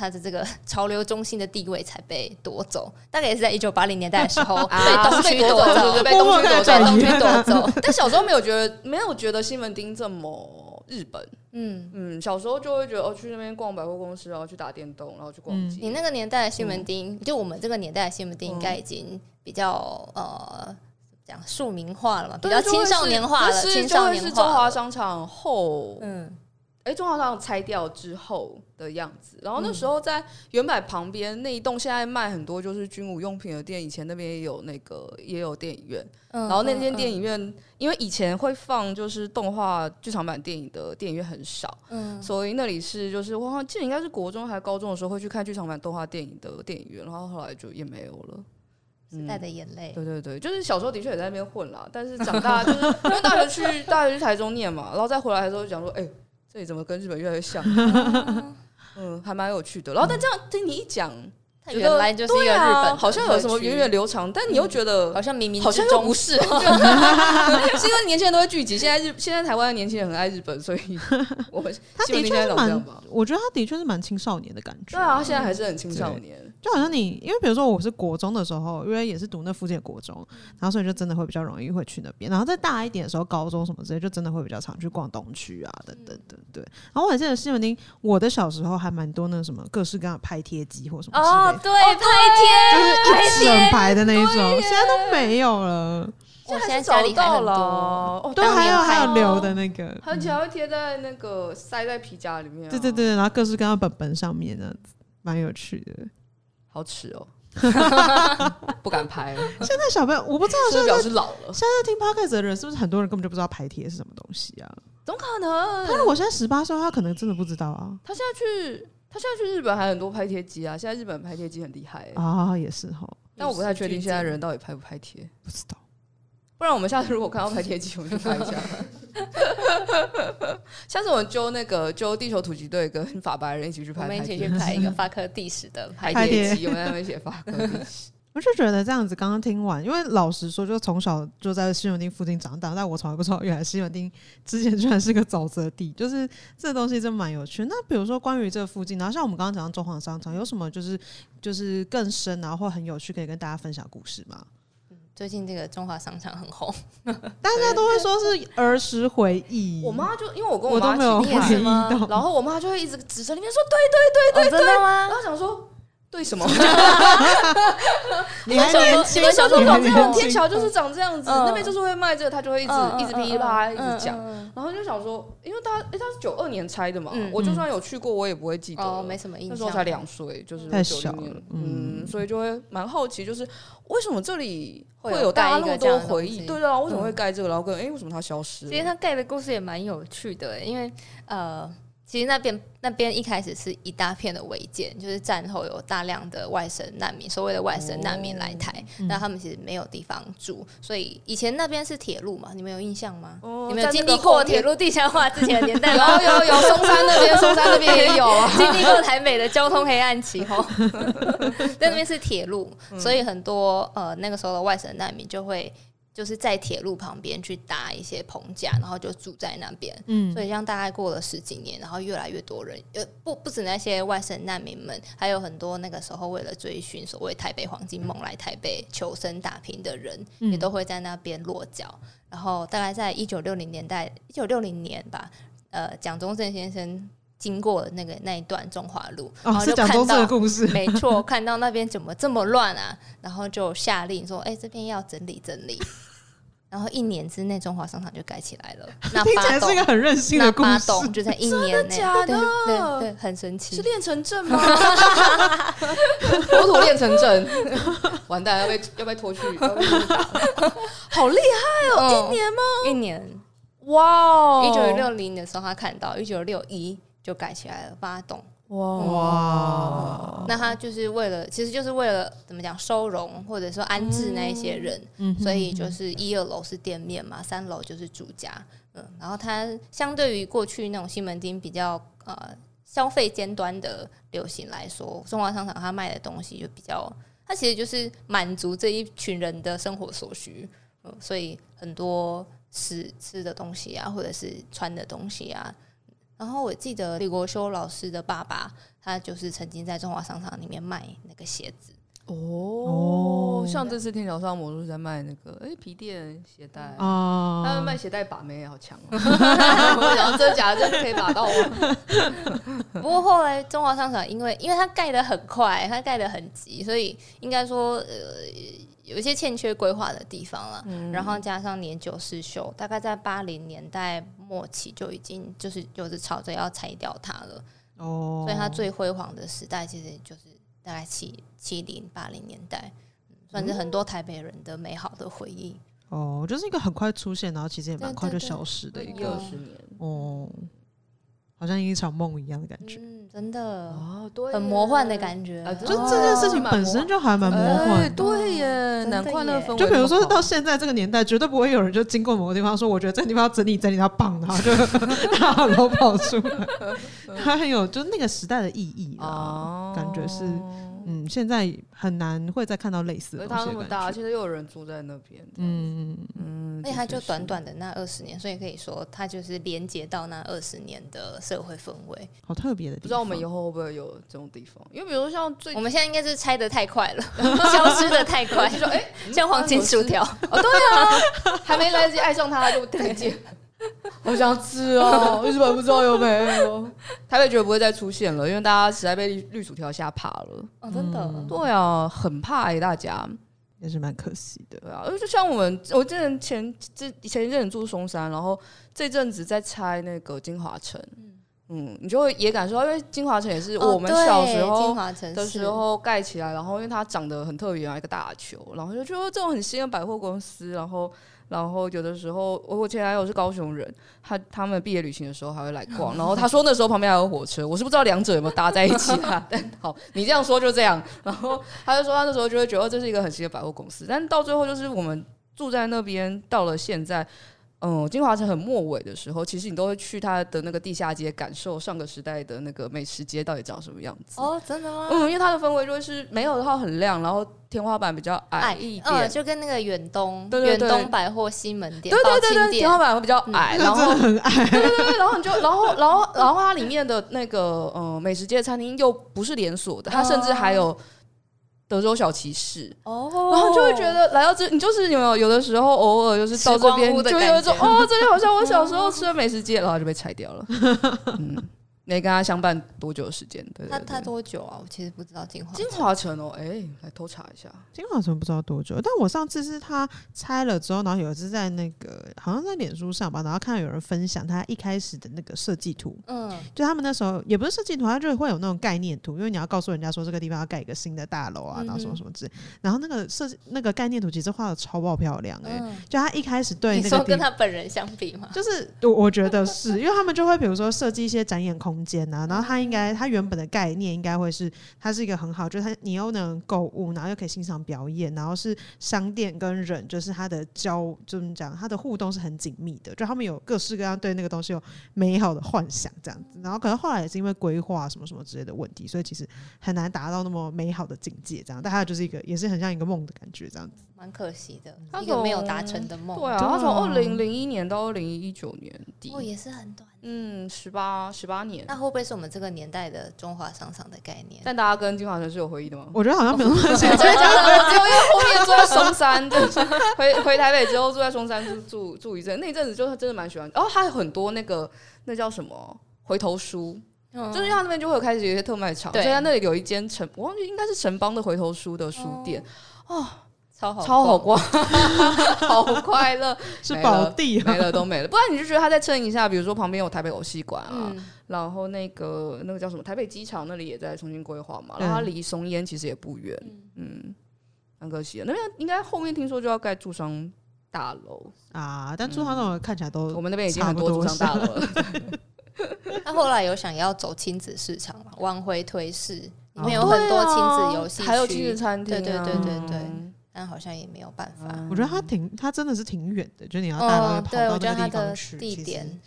Speaker 3: 它的这个 潮流中心的地位才被夺走，大概也是在一九八零年代的时 候被东区夺走，
Speaker 2: 啊对被东
Speaker 1: 我
Speaker 2: 区夺
Speaker 1: 看
Speaker 2: 走
Speaker 1: 转移。
Speaker 3: 被东区夺走。
Speaker 2: 但小时候没有觉得，没有觉得西门町这么日本。
Speaker 3: 嗯，
Speaker 2: 嗯，小时候就会觉得哦，去那边逛百货公司，然后去打电动，然后去逛街。
Speaker 3: 你那个年代的西
Speaker 2: 嗯
Speaker 3: 门町，就我们这个年代的西门町，应该已经比较、呃，怎么讲庶民化了嘛，比
Speaker 2: 对
Speaker 3: 较
Speaker 2: 就
Speaker 3: 青
Speaker 2: 会
Speaker 3: 少
Speaker 2: 是
Speaker 3: 年化了，
Speaker 2: 就是
Speaker 3: 青
Speaker 2: 就
Speaker 3: 少
Speaker 2: 会
Speaker 3: 年
Speaker 2: 是中
Speaker 3: 化
Speaker 2: 华
Speaker 3: 了。
Speaker 2: 商场后，
Speaker 3: 嗯，
Speaker 2: 哎，中华商场拆掉之后的样子。然后那时候在原百旁边那一栋，现在卖很多就是军武用品的店，以前那边也有那个也有电影院。
Speaker 3: 然
Speaker 2: 然后那
Speaker 3: 嗯
Speaker 2: 间电，影院，因为以前会放就是动画剧场版电影的电影院很少，
Speaker 3: 嗯，
Speaker 2: 所以那里是就是我好像记得应该是国中还是高中的时候会去看剧场版动画电影的电影院，然后后来就也没有了。
Speaker 3: 时代的眼泪，
Speaker 2: 对对对，就是小时候的确也在那边混啦，但是长大就是 因为大学去大学去台中念嘛，然后再回来的时候就想说，哎、这里怎么跟日本越来越像？ 嗯，还蛮有趣的。然后但这样听你一讲，
Speaker 3: 它
Speaker 2: 觉
Speaker 3: 原
Speaker 2: 得
Speaker 3: 来就是一
Speaker 2: 对
Speaker 3: 个日
Speaker 2: 啊，
Speaker 3: 本，
Speaker 2: 好像有什么源远，流长，但你又觉得
Speaker 3: 好像冥冥
Speaker 2: 好
Speaker 3: 之
Speaker 2: 像又
Speaker 3: 中
Speaker 2: 不 是，是因为年轻人都会聚集。现在日现在台湾的年轻人很爱日本，所以 我们
Speaker 1: 他
Speaker 2: 西门
Speaker 1: 的
Speaker 2: 町
Speaker 1: 确
Speaker 2: 现在
Speaker 1: 是
Speaker 2: 长这样
Speaker 1: 蛮
Speaker 2: 吧。，
Speaker 1: 我觉得他的确是蛮青少年的感觉。
Speaker 2: 对啊，他现在还是很青少年。
Speaker 1: 就好像你，因为比如说我是国中的时候，因为也是读那附近的国中，然后所以就真的会比较容易会去那边。然后再大一点的时候，高中什么之类，就真的会比较常去逛东区啊，等等等对。然后我还记得西门町，我的小时候还蛮多那什么各式各样的拍贴机或什么之
Speaker 3: 哦
Speaker 1: 类，的，
Speaker 3: 对，拍
Speaker 1: 就是一整排的那一种，现在都没有了。
Speaker 3: 贴，哦我现在
Speaker 2: 还是
Speaker 3: 家里还
Speaker 2: 找到
Speaker 3: 很
Speaker 2: 了
Speaker 3: 多，
Speaker 2: 哦，
Speaker 1: 对，
Speaker 3: 当
Speaker 1: 还
Speaker 3: 年
Speaker 1: 有
Speaker 3: 拍
Speaker 1: 还有
Speaker 3: 的
Speaker 1: 留的那个，嗯
Speaker 2: 而且还会贴在那个塞在皮夹里面、啊
Speaker 1: 对对，对，然后各式各样的本本上面呢，蛮有趣的。
Speaker 2: 好耻 哦，不敢拍 了，
Speaker 1: 现在小朋友，我不知道
Speaker 2: 是不是表示老了？
Speaker 1: 现在听 podcast 的人是不是很多人根本就不知道排贴是什么东西啊？
Speaker 2: 怎么可能？
Speaker 1: 他如果现在十八岁的话，他可能真的不知道啊。
Speaker 2: 他现在去。他现在去日本还很多拍贴机啊，现在日本拍贴机很厉害、欸，
Speaker 1: 啊，也是哈，
Speaker 2: 但我不太确定现在人到底拍不拍贴。
Speaker 1: 不知道。
Speaker 2: 不然我们下次如果看到拍贴机，我们就拍一下。下次我们揪那个揪地球突击队跟法白人一起去
Speaker 3: 我
Speaker 2: 拍
Speaker 3: 们一
Speaker 2: 拍
Speaker 3: 起
Speaker 2: 贴
Speaker 3: 去拍 一个法科第十的拍
Speaker 1: 拍
Speaker 2: 拍
Speaker 3: 贴，
Speaker 2: 贴
Speaker 1: 贴
Speaker 2: 机，我们在那边写法克力。
Speaker 1: 我就觉得这样子，刚刚听完，因为老实说，就从小就在西门町附近长大，但我从来不知道原来西门町之前居然是个沼泽地，就是这东西真蛮有趣。那比如说关于这附近，然后像我们刚刚讲到中华商场，有什么就是就是更深然后或很有趣可以跟大家分享故事吗？
Speaker 3: 最近这个中华商场很红，
Speaker 1: 大家都会说是儿时回忆，
Speaker 2: 我妈就因为我跟
Speaker 1: 我都
Speaker 2: 妈
Speaker 1: 没有
Speaker 2: 一
Speaker 1: 回
Speaker 3: 你
Speaker 2: 起
Speaker 3: 也
Speaker 1: 忆
Speaker 2: 看，
Speaker 3: 是吗
Speaker 1: 到，
Speaker 2: 然后我妈就会一直指着那边说
Speaker 3: 哦，真的吗
Speaker 2: 对，然？后想说 对什么？
Speaker 1: 你还年轻，
Speaker 2: 因为小时候
Speaker 1: 你还
Speaker 2: 长这样，
Speaker 1: 年
Speaker 2: 天
Speaker 1: 轻，
Speaker 2: 桥就是长这样子，
Speaker 3: 嗯
Speaker 2: 那边就是会卖这个，她就会一直
Speaker 3: 嗯
Speaker 2: 一直噼里啪啦一直讲。，
Speaker 3: 嗯嗯嗯嗯
Speaker 2: 然后就想说，因为她诶她是九二年拆的嘛
Speaker 3: 嗯，
Speaker 2: 我就算有去过，我也不会记得
Speaker 3: 哦，
Speaker 2: 了。
Speaker 3: 没什么印
Speaker 2: 那
Speaker 3: 象，
Speaker 2: 时候才两岁，就是
Speaker 1: 太
Speaker 2: 90
Speaker 1: 小
Speaker 2: 年
Speaker 1: 了
Speaker 2: 嗯，所以就会蛮好奇，就是为什么这里
Speaker 3: 会
Speaker 2: 会
Speaker 3: 有
Speaker 2: 有
Speaker 3: 盖
Speaker 2: 大家
Speaker 3: 一
Speaker 2: 那
Speaker 3: 个
Speaker 2: 么
Speaker 3: 这样
Speaker 2: 多
Speaker 3: 的
Speaker 2: 回
Speaker 3: 东西
Speaker 2: 忆？对啊，为什么会
Speaker 3: 嗯
Speaker 2: 盖这个？然后跟哎，为什么它消失
Speaker 3: 其实
Speaker 2: 了？
Speaker 3: 他盖的故事也蛮有趣的欸，因为呃，其实那边那边一开始是一大片的违建，就是战后有大量的外省难民，所谓的外省难民来台，那、他们其实没有地方住，所以以前那边是铁路嘛，你们有印象吗？
Speaker 2: 哦
Speaker 3: 你们有
Speaker 2: 在那
Speaker 3: 经
Speaker 2: 个
Speaker 3: 历过
Speaker 2: 后
Speaker 3: 铁
Speaker 2: 面
Speaker 3: 路地下化之前的年代 吗？
Speaker 2: 有有有，松山那边，松山那边也有啊。
Speaker 3: 经历过台北的交通黑暗期 后，但那边是铁路，
Speaker 2: 嗯
Speaker 3: 所以很多呃那个时候的外省难民就会就是在铁路旁边去搭一些棚架，然后就住在那边。
Speaker 1: 嗯
Speaker 3: 所以让大概过了十几年，然后越来越多人，呃，不不止那些外省难民们，还有很多那个时候为了追寻所谓台北黄金梦来台北求生打拼的人，
Speaker 1: 嗯
Speaker 3: 也都会在那边落脚。然后大概在一九六零年代，一九六零年吧，呃蒋中正先生经过那个那一段中华路，然
Speaker 1: 哦，
Speaker 3: 后
Speaker 1: 是
Speaker 3: 就
Speaker 1: 讲
Speaker 3: 看
Speaker 1: 中正的
Speaker 3: 到。
Speaker 1: 故事，
Speaker 3: 没错，看到那边怎么这么乱啊，然后就下令说：“哎、这边要整理整理。”然后一年之内，中华商场就盖起来了。那
Speaker 1: 听起
Speaker 3: 八
Speaker 1: 来是一
Speaker 3: 栋
Speaker 1: 个，很任性
Speaker 3: 那
Speaker 1: 的故
Speaker 3: 八
Speaker 1: 事。
Speaker 3: 栋就在一年内，
Speaker 2: 假的
Speaker 3: 对对对，很神奇
Speaker 2: 是。练成症吗？国土练成 症，完蛋，要被要被拖去，要被拖去打 好厉害哦！
Speaker 3: 嗯
Speaker 2: 一年吗？
Speaker 3: 一年，
Speaker 2: 哇哦，
Speaker 3: 一九六零的时候他看到，一九六一就盖起来了八栋。
Speaker 1: 哇，
Speaker 3: 那他就是为了，其实就是为了怎么讲收容或者说安置那一些人，所以
Speaker 1: 嗯
Speaker 3: 就是一二楼是店面嘛，三楼就是住家，嗯，然后它相对于过去那种西门町比较呃消费尖端的流行来说，中华商场它卖的东西就比较，它其实就是满足这一群人的生活所需，嗯，所以很多吃吃的东西啊，或者是穿的东西啊。然后我记得李国修老师的爸爸，他就是曾经在中华商场里面卖那个鞋子，
Speaker 2: 哦
Speaker 1: 哦
Speaker 2: 像这次天桥上魔术在卖那个哎皮垫鞋带。他们
Speaker 1: 啊，
Speaker 2: 卖鞋带把妹好 强、哦，我想真的假的，真的可以把到我。
Speaker 3: 不过后来中华商场因为因为它盖得很快，它盖得很急，所以应该说呃有一些欠缺规划的地方了。然后加上年久失修，大概在八零年代末期就已经就是就是吵着要拆掉它了。
Speaker 1: 哦，
Speaker 3: 所以它最辉煌的时代其实就是大概七七零八零年代，嗯算是很多台北人的美好的回忆。
Speaker 1: 哦，就是一个很快出现，然后其实也蛮
Speaker 3: 对
Speaker 1: 快就
Speaker 3: 对对
Speaker 1: 消失的一
Speaker 3: 有
Speaker 1: 个
Speaker 2: 十年
Speaker 1: 哦，好像一场梦一样的感觉。
Speaker 3: 嗯，真的
Speaker 2: 哦，对耶，
Speaker 3: 很魔幻的感觉
Speaker 2: 啊。
Speaker 1: 就这件事情本身就还蛮魔
Speaker 2: 哎
Speaker 1: 幻的。
Speaker 2: 对耶，
Speaker 3: 真的
Speaker 2: 难怪
Speaker 3: 耶
Speaker 2: 那氛围那么好。
Speaker 1: 就比如说到现在这个年代，绝对不会有人就经过某个地方说，我觉得这个地方要整理整理，它棒，然后就 大楼跑出来，它很有就那个时代的意义啊。
Speaker 2: 哦
Speaker 1: 感觉是嗯，现在很难会再看到类似
Speaker 2: 因
Speaker 1: 的
Speaker 2: 为
Speaker 1: 东
Speaker 2: 它
Speaker 1: 西
Speaker 2: 那
Speaker 1: 的
Speaker 2: 么
Speaker 1: 感
Speaker 2: 大，
Speaker 1: 觉。
Speaker 2: 现在又有人住在那边，
Speaker 1: 嗯，
Speaker 2: 嗯，
Speaker 3: 而且它
Speaker 2: 的确
Speaker 3: 就是短短的那二十年，所以可以说它就是连接到那二十年的社会氛围。
Speaker 1: 好特别的地方。
Speaker 2: 不知道我们以后会不会有这种地方？因为比如说像最
Speaker 3: 我们现在应该是拆的太快 了，消失的太快，就说哎，像黄金薯条，
Speaker 2: 哦，对啊，还没来得及爱上它就再见。 好想吃哦，为什么不知道有没有？ 台北绝对不会再出现了，因为大家实在被绿绿薯条吓怕了。
Speaker 3: 哦，真的，
Speaker 2: 对啊，很怕哎、大家。
Speaker 1: 也是蛮可惜的。
Speaker 2: 对啊，就像我们，我之前前之前一阵子住松山，然后这阵子在拆那个金华城，嗯，你就会也感受到，因为金华城也是
Speaker 3: 哦
Speaker 2: 我们小
Speaker 3: 对
Speaker 2: 时
Speaker 3: 金
Speaker 2: 候
Speaker 3: 华城
Speaker 2: 的时
Speaker 3: 市
Speaker 2: 候盖起来，然后因为它长得很特别啊，一个大球，然后就觉得这种很新的百货公司，然后然后有的时候我我前男友是高雄人，他他们毕业旅行的时候还会来逛，然后他说那时候旁边还有火车，我是不知道两者有没有搭在一起啊，但好你这样说就这样，然后他就说他那时候就会觉得哦这是一个很新的百货公司，但到最后就是我们住在那边到了现在。嗯，金华城很末尾的时候，其实你都会去它的那个地下街，感受上个时代的那个美食街到底长什么样子。
Speaker 3: 哦，真的吗？
Speaker 2: 嗯，因为它的氛围就会是没有的话很亮，然后天花板比较矮一点。
Speaker 3: 嗯，就跟那个远东
Speaker 2: 对对
Speaker 3: 远
Speaker 2: 对
Speaker 3: 东百货西门店，
Speaker 2: 对对对
Speaker 3: 宝庆
Speaker 2: 对，天花
Speaker 3: 店，
Speaker 2: 板会比较矮，
Speaker 3: 嗯
Speaker 2: 然后很矮， 对对对，然后你就，然后然后然后它里面的那个呃美食街餐厅又不是连锁的，它甚至还有德州小骑士，
Speaker 3: 哦，
Speaker 2: 然后就会觉得来到这，你就是有没有有的时候偶尔就是到
Speaker 3: 时
Speaker 2: 这
Speaker 3: 光
Speaker 2: 边
Speaker 3: 屋的
Speaker 2: 就
Speaker 3: 感觉
Speaker 2: 有一种哦，这里好像我小时候吃的美食街，然后就被拆 掉了。嗯，没跟他相伴多久的时间？对
Speaker 3: 他
Speaker 2: 对
Speaker 3: 他
Speaker 2: 对。
Speaker 3: 多久啊？我其实不知道金华
Speaker 2: 金华城哦，哎、来偷查一下。
Speaker 1: 金华城不知道多久，但我上次是他拆了之后，然后有一次在那个好像在脸书上吧，然后看到有人分享他一开始的那个设计图，
Speaker 3: 嗯，
Speaker 1: 就他们那时候也不是设计图，他就会有那种概念图，因为你要告诉人家说这个地方要盖一个新的大楼
Speaker 3: 嗯
Speaker 1: 啊，然后什么什么之类，然后那个设计那个概念图其实画的超爆漂亮哎、
Speaker 3: 嗯
Speaker 1: 就他一开始对
Speaker 3: 你
Speaker 1: 那
Speaker 3: 说
Speaker 1: 个地
Speaker 3: 跟他本人相比吗？
Speaker 1: 就是我我觉得是因为他们就会比如说设计一些展演空间啊，然后它应该它原本的概念应该会是它是一个很好，就是它你又能购物，然后又可以欣赏表演，然后是商店跟人就是它的交就是怎么讲它的互动是很紧密的，就他们有各式各样对那个东西有美好的幻想这样子，然后可能后来也是因为规划什么什么之类的问题，所以其实很难达到那么美好的境界这样，但它就是一个也是很像一个梦的感觉这样子，
Speaker 3: 蛮可惜的，
Speaker 2: 他
Speaker 3: 一个没有达
Speaker 2: 从
Speaker 3: 成的梦，哦
Speaker 2: 对啊，
Speaker 1: 对啊
Speaker 2: 他从二零零一年到二零一九年底
Speaker 3: 不过，也是很短
Speaker 2: 嗯，十八十八年
Speaker 3: 那，会不会是我们这个年代的中华商场的概念？
Speaker 2: 但大家跟金华城是有回忆 的吗？
Speaker 1: 我觉得好像没有那么
Speaker 2: 只有因为后面住在松山，就是回回台北之后住在松山住住住一阵，那一阵子就是真的蛮喜欢。然后还有很多那个那叫什么回头书，
Speaker 3: 嗯
Speaker 2: 就是因为他那边就会有开始有一些特卖场，所
Speaker 3: 对
Speaker 2: 以他那里有一间城，我忘记应该是城邦的回头书的书店，
Speaker 3: 超好，
Speaker 2: 超好。逛， 好快乐，
Speaker 1: 是
Speaker 2: 没了
Speaker 1: 宝地啊
Speaker 2: 没。了都没了。不然你就觉得他再撑一下，比如说旁边有台北偶戏馆啊，
Speaker 3: 嗯，
Speaker 2: 然后那个那个叫什么台北机场那里也在重新规划嘛，
Speaker 1: 对
Speaker 2: 然后它离松烟其实也不远，嗯，蛮可惜的。那边应该后面听说就要盖住商大楼，
Speaker 1: 啊，但住他那种看起来都
Speaker 2: 我们那边已经很多住商大 楼了。
Speaker 3: 他后来有想要走亲子市场嘛，往回推市，里面
Speaker 1: 哦
Speaker 3: 有很多亲子游戏区，
Speaker 2: 还有亲子餐厅、啊，
Speaker 3: 对对对对对
Speaker 2: 嗯
Speaker 3: 但好像也没有办法。
Speaker 1: 我觉得它挺，它真的是挺远的，就你要带
Speaker 3: 嗯，
Speaker 1: 他
Speaker 3: 对，我
Speaker 1: 跑到
Speaker 3: 觉
Speaker 1: 那个
Speaker 3: 得它
Speaker 1: 地方
Speaker 3: 的
Speaker 1: 去。
Speaker 3: 地
Speaker 1: 其实
Speaker 3: 点，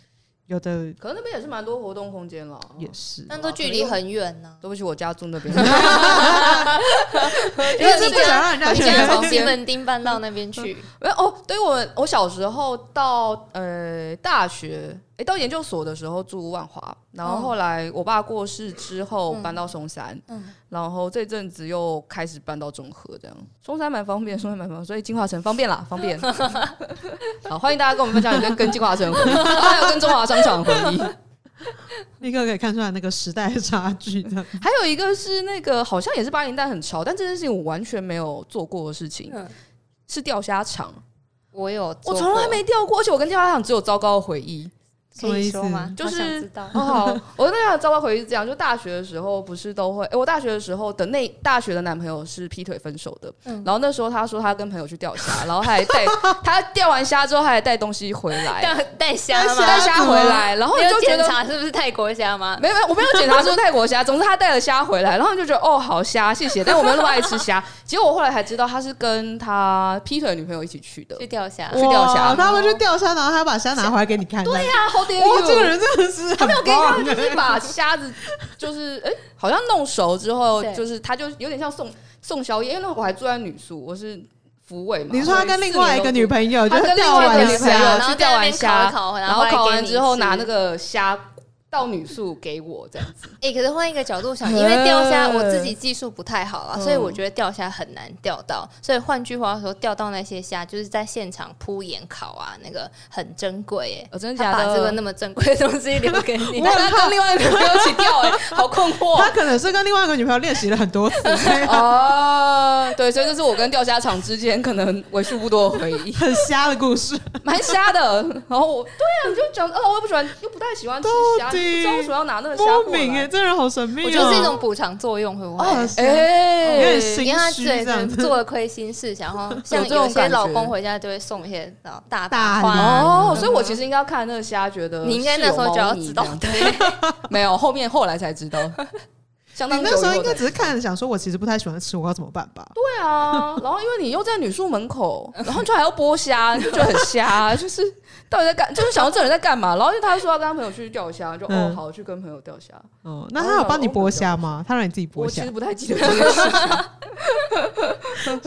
Speaker 1: 有的
Speaker 2: 可能那边也是蛮多活动空间了。
Speaker 1: 也是，哦
Speaker 3: 但都距离很远呢、
Speaker 2: 对不起，我家住那边，
Speaker 1: 因为这不想让人家
Speaker 3: 你
Speaker 1: 觉
Speaker 3: 现在从
Speaker 1: 得
Speaker 3: 西门町搬到那边去，
Speaker 2: 没有哦，对我我小时候到呃大学，诶，到研究所的时候住万华，然后
Speaker 3: 嗯
Speaker 2: 后来我爸过世之后
Speaker 3: 嗯
Speaker 2: 搬到松山，
Speaker 3: 嗯
Speaker 2: 然后这阵子又开始搬到中和，这样松山蛮方便，松山蛮方便，所以金华城方便啦，方便。好，欢迎大家跟我们分享你跟跟金华城的回忆， 还有跟中华商场的回忆。
Speaker 1: 立刻可以看出来那个时代的差距的。
Speaker 2: 还有一个是那个好像也是八零代很潮，但这件事情我完全没有做过的事情
Speaker 3: 嗯，
Speaker 2: 是钓虾场，
Speaker 3: 我有，
Speaker 2: 我从来，没钓过，而且我跟钓虾场只有糟糕的回忆。
Speaker 1: 什
Speaker 3: 可
Speaker 1: 么
Speaker 3: 以
Speaker 1: 意思
Speaker 3: 说吗？
Speaker 2: 就
Speaker 3: 好
Speaker 2: 是
Speaker 3: 想知道
Speaker 2: 哦，好，我那样糟糕回忆是这样，就大学的时候不是都会，哎、我大学的时候的那大学的男朋友是劈腿分手的，
Speaker 3: 嗯
Speaker 2: 然后那时候他说他跟朋友去钓虾，然后他还带他钓完虾之后他还带东西回来，
Speaker 3: 带带虾吗？
Speaker 2: 带虾回来，然后
Speaker 3: 啊你
Speaker 2: 你
Speaker 3: 有
Speaker 2: 就觉
Speaker 3: 检
Speaker 2: 得。
Speaker 3: 查是不是泰国虾吗？
Speaker 2: 没有没有，我没有检查出泰国虾。总之他带了虾回来，然后你就觉得哦，好虾，谢谢。但我没有那么爱吃虾。结果我后来才知道，他是跟他劈腿的女朋友一起 去的。
Speaker 3: 去钓虾，
Speaker 2: 去钓虾
Speaker 1: 哇他们去钓虾，然后他把虾拿回来给你看。对呀，
Speaker 2: 啊，How dare
Speaker 1: 哇，
Speaker 2: you！
Speaker 3: 哦
Speaker 1: 这个人真的是他没有
Speaker 2: 给他们就是把虾子，就是哎、好像弄熟之后，
Speaker 3: 对
Speaker 2: 就是他就有点像送送宵夜，因为那会儿我还住在女宿，我是福委嘛。
Speaker 1: 你说他跟另外一个女
Speaker 2: 友，
Speaker 1: 朋友
Speaker 2: 他
Speaker 1: 就
Speaker 2: 跟
Speaker 1: 是
Speaker 2: 另
Speaker 1: 钓
Speaker 2: 外一个
Speaker 1: 完
Speaker 2: 女朋
Speaker 1: 虾，
Speaker 2: 友
Speaker 3: 然
Speaker 2: 去
Speaker 3: 后
Speaker 2: 钓完虾，
Speaker 3: 烤，
Speaker 2: 然后烤完之后拿那
Speaker 3: 个。
Speaker 2: 个虾到女宿给我这样子。
Speaker 3: 哎、可是换一个角度想，因 为钓虾
Speaker 2: 嗯
Speaker 3: 我自己技术不太好啊，
Speaker 2: 嗯
Speaker 3: 所以我觉得钓虾很难钓到。所以换句话说，钓到那些虾就是在现场铺盐烤啊，那个很珍贵耶、
Speaker 2: 哦，真的
Speaker 3: 他
Speaker 2: 假
Speaker 3: 把
Speaker 2: 的？
Speaker 3: 这个那么珍贵的东西留给你，
Speaker 2: 我他跟另外一个女朋友一起钓， 哎，好困惑
Speaker 1: 他。可能是跟另外一个女朋友练习了很多次，所以
Speaker 2: 哦，对，所以这是我跟钓虾场之间可能为数不多的回 忆，
Speaker 1: 很瞎的故事。
Speaker 2: 蛮虾的。然后我，对啊，你就讲哦，我又不喜欢，又不太喜欢吃虾，
Speaker 1: 到
Speaker 2: 不
Speaker 1: 底
Speaker 2: 知道为什么要拿那 个虾
Speaker 1: 莫
Speaker 2: 过来
Speaker 1: 名哎，这人好神秘哦。
Speaker 3: 我觉得是一
Speaker 2: 嗯
Speaker 3: 种补偿作用，会不会？
Speaker 1: 哦是
Speaker 2: 哎、
Speaker 1: 有点
Speaker 3: 因为他
Speaker 1: 心虚
Speaker 3: 对
Speaker 1: 这样子。
Speaker 3: 做了亏心事，然后 像
Speaker 2: 有这种
Speaker 3: 有些
Speaker 2: 感觉
Speaker 3: 老公回家就会送一些然后大
Speaker 1: 大
Speaker 3: 花
Speaker 1: 礼
Speaker 3: 啊，
Speaker 2: 哦，所以我其实应该要看那个虾，觉得
Speaker 3: 你应该那时候就要知道
Speaker 2: 是有猫，腻
Speaker 3: 对，
Speaker 2: 这样 没有，后面后来才知道，相
Speaker 1: 你
Speaker 2: 当久
Speaker 1: 那
Speaker 2: 以后
Speaker 1: 时候
Speaker 2: 才
Speaker 1: 应该只是看，想说我其实不太喜欢吃，我要怎么办吧？
Speaker 2: 对啊。然后因为你又在女宿门口，然后就还要剥虾， 就觉得很瞎，就是到底在干，就是想到这人在干嘛。然后因为他说要跟他朋友去钓虾，就、哦
Speaker 1: 嗯
Speaker 2: 好，去跟朋友钓虾。
Speaker 1: 哦，那他有帮你剥虾吗？他让你自己剥
Speaker 2: 我
Speaker 1: 虾
Speaker 2: 其实，不太记得这 件事情，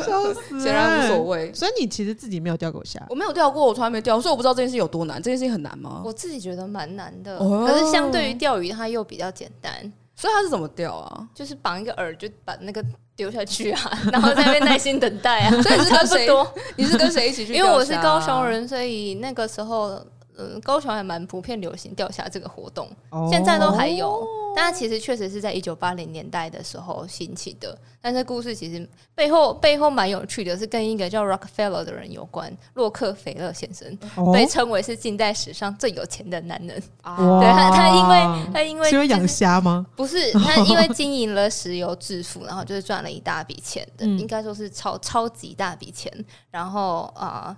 Speaker 1: 笑 死！
Speaker 2: 显然无所。谓。
Speaker 1: 所以你其实自己没有钓过虾，
Speaker 2: 我没有钓过，我从来没钓，所以我不知道这件事有多难。这件事情很难吗？
Speaker 3: 我自己觉得蛮难的。
Speaker 2: 哦
Speaker 3: 可是相对于钓鱼，它又比较简单。
Speaker 2: 所以他是怎么钓 啊？
Speaker 3: 就是绑一个饵，就把那个丢下去啊， 然后在那边耐心等待啊。
Speaker 2: 所以你是
Speaker 3: 差
Speaker 2: 跟
Speaker 3: 不
Speaker 2: 谁
Speaker 3: 多，
Speaker 2: 你是跟谁一 起去？
Speaker 3: 因为我是高雄，人，所以那个时候，嗯，高雄还蛮普遍流行钓虾这个活动，
Speaker 1: 哦
Speaker 3: 现在都还有。但它其实确实是在一九八零年代的时候兴起的。但是故事其实背后背后蛮有趣的，是跟一个叫 Rockefeller 的人有关，洛克菲勒先生
Speaker 1: 哦
Speaker 3: 被称为是近代史上最有钱的男人。
Speaker 2: 啊，
Speaker 1: 哇
Speaker 3: 对他，他因为他因为
Speaker 1: 是因为
Speaker 3: 就是
Speaker 1: 养虾 吗？
Speaker 3: 不是他，因为经营了石油致富，然后就是赚了一大笔钱的，
Speaker 1: 嗯
Speaker 3: 应该说是超超级大笔钱。然后啊、呃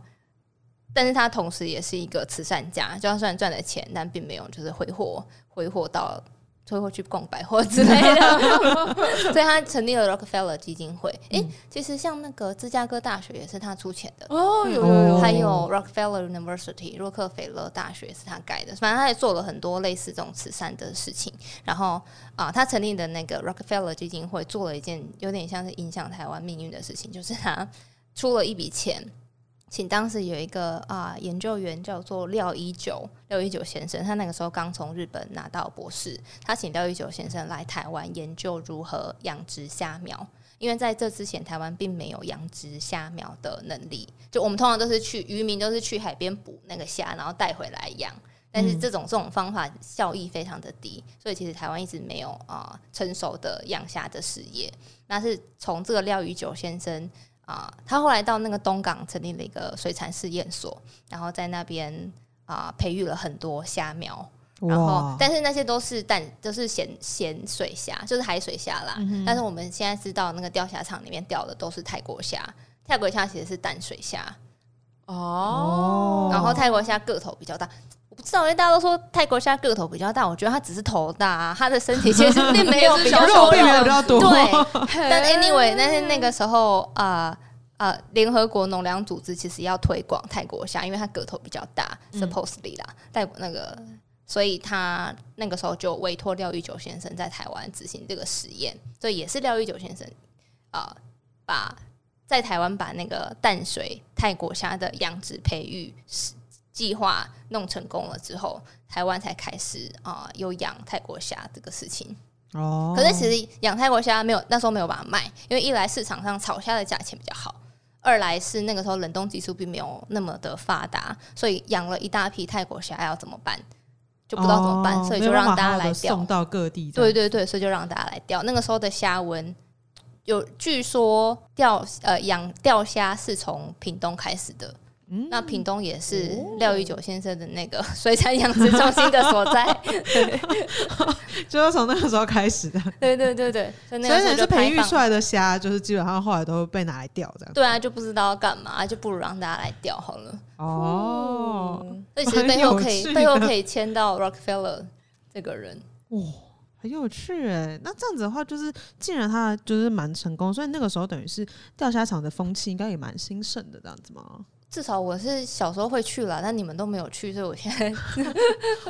Speaker 3: 但是他同时也是一个慈善家，就他虽然赚了钱，但并没有就是挥霍挥霍到挥霍去逛百货之类的， 所以他成立了 Rockefeller 基金会。诶、其实像那个芝加哥大学也是他出钱的，
Speaker 2: 哦，有有有，
Speaker 3: 还有 Rockefeller University 洛克菲勒大学是他盖的，反正他也做了很多类似这种慈善的事情。然后啊、他成立的那个 Rockefeller 基金会做了一件有点像是影响台湾命运的事情，就是他出了一笔钱。请当时有一个啊、研究员叫做廖一九，廖一九先生，他那个时候刚从日本拿到博士，他请廖一九先生来台湾研究如何养殖虾苗。因为在这之前，台湾并没有养殖虾苗的能力。就我们通常都是去渔民都是去海边捕那个虾，然后带回来养。但是这种这种方法效益非常的低，所以其实台湾一直没有啊、呃成熟的养虾的事业。那是从这个廖宇九先生啊、他后来到那个东港成立了一个水产试验所，然后在那边啊、培育了很多虾苗，然后
Speaker 1: 哇，
Speaker 3: 但是那些都是淡，都是咸咸水虾，就是海水虾啦。
Speaker 1: 嗯
Speaker 3: 但是我们现在知道那个钓虾场里面钓的都是泰国虾，泰国虾其实是淡水虾，
Speaker 2: 哦
Speaker 3: 然后泰国虾个头比较大。我不知道，因为大家都说泰国虾个头比较大，我觉得它只是头大、啊，它的身体其实 并没有比较
Speaker 1: 肉
Speaker 3: 多
Speaker 1: 并没有比较多，
Speaker 3: 对， 但
Speaker 2: 嘿
Speaker 3: anyway，但是那个时候啊。呃呃，联合国农粮组织其实要推广泰国虾，因为它个头比较大、s u p p o s e d l y 啦，泰国那个，所以他那个时候就委托廖玉九先生在台湾执行这个实验，所以也是廖玉九先生啊、呃把在台湾把那个淡水泰国虾的养殖培育实计划弄成功了之后，台湾才开始啊、呃有养泰国虾这个事情。
Speaker 1: 哦，
Speaker 3: 可是其实养泰国虾没有那时候没有把它卖，因为一来市场上炒虾的价钱比较好，二来是那个时候冷冻技术并没有那么的发达，所以养了一大批泰国虾要怎么办，就不知道怎么办，
Speaker 1: 哦
Speaker 3: 所以
Speaker 1: 没
Speaker 3: 就
Speaker 1: 有办
Speaker 3: 让
Speaker 1: 法
Speaker 3: 大家
Speaker 1: 好好地
Speaker 3: 来钓
Speaker 1: 送。到各地这
Speaker 3: 对
Speaker 1: 样，
Speaker 3: 对对，所以就让大家来钓。那个时候的虾文有据说钓呃养钓虾是从屏东开始的。
Speaker 1: 嗯哦
Speaker 3: 那屏东也是廖玉九先生的那个水产养殖中心的所 在，
Speaker 1: 就是从那个时候开始的，
Speaker 3: 对对对对，所以那
Speaker 1: 所以
Speaker 3: 个时候
Speaker 1: 你
Speaker 3: 就是
Speaker 1: 培
Speaker 3: 开
Speaker 1: 育
Speaker 3: 放
Speaker 1: 出来的虾，就是基本上后来都被拿来钓这样。
Speaker 3: 对啊，就不知道要干嘛，就不如让大家来钓好了。
Speaker 1: 哦，
Speaker 2: 嗯
Speaker 3: 所以其实
Speaker 1: 蛮
Speaker 3: 背后
Speaker 1: 有
Speaker 3: 可以
Speaker 1: 趣的
Speaker 3: 背后可以签到 Rockefeller 这个人，
Speaker 1: 哇、很有趣哎。那这样子的话，就是既然他就是蛮成功，所以那个时候等于是钓虾场的风气应该也蛮兴盛的，这样子吗？
Speaker 3: 至少我是小时候会去啦，但你们都没有去，所以我现在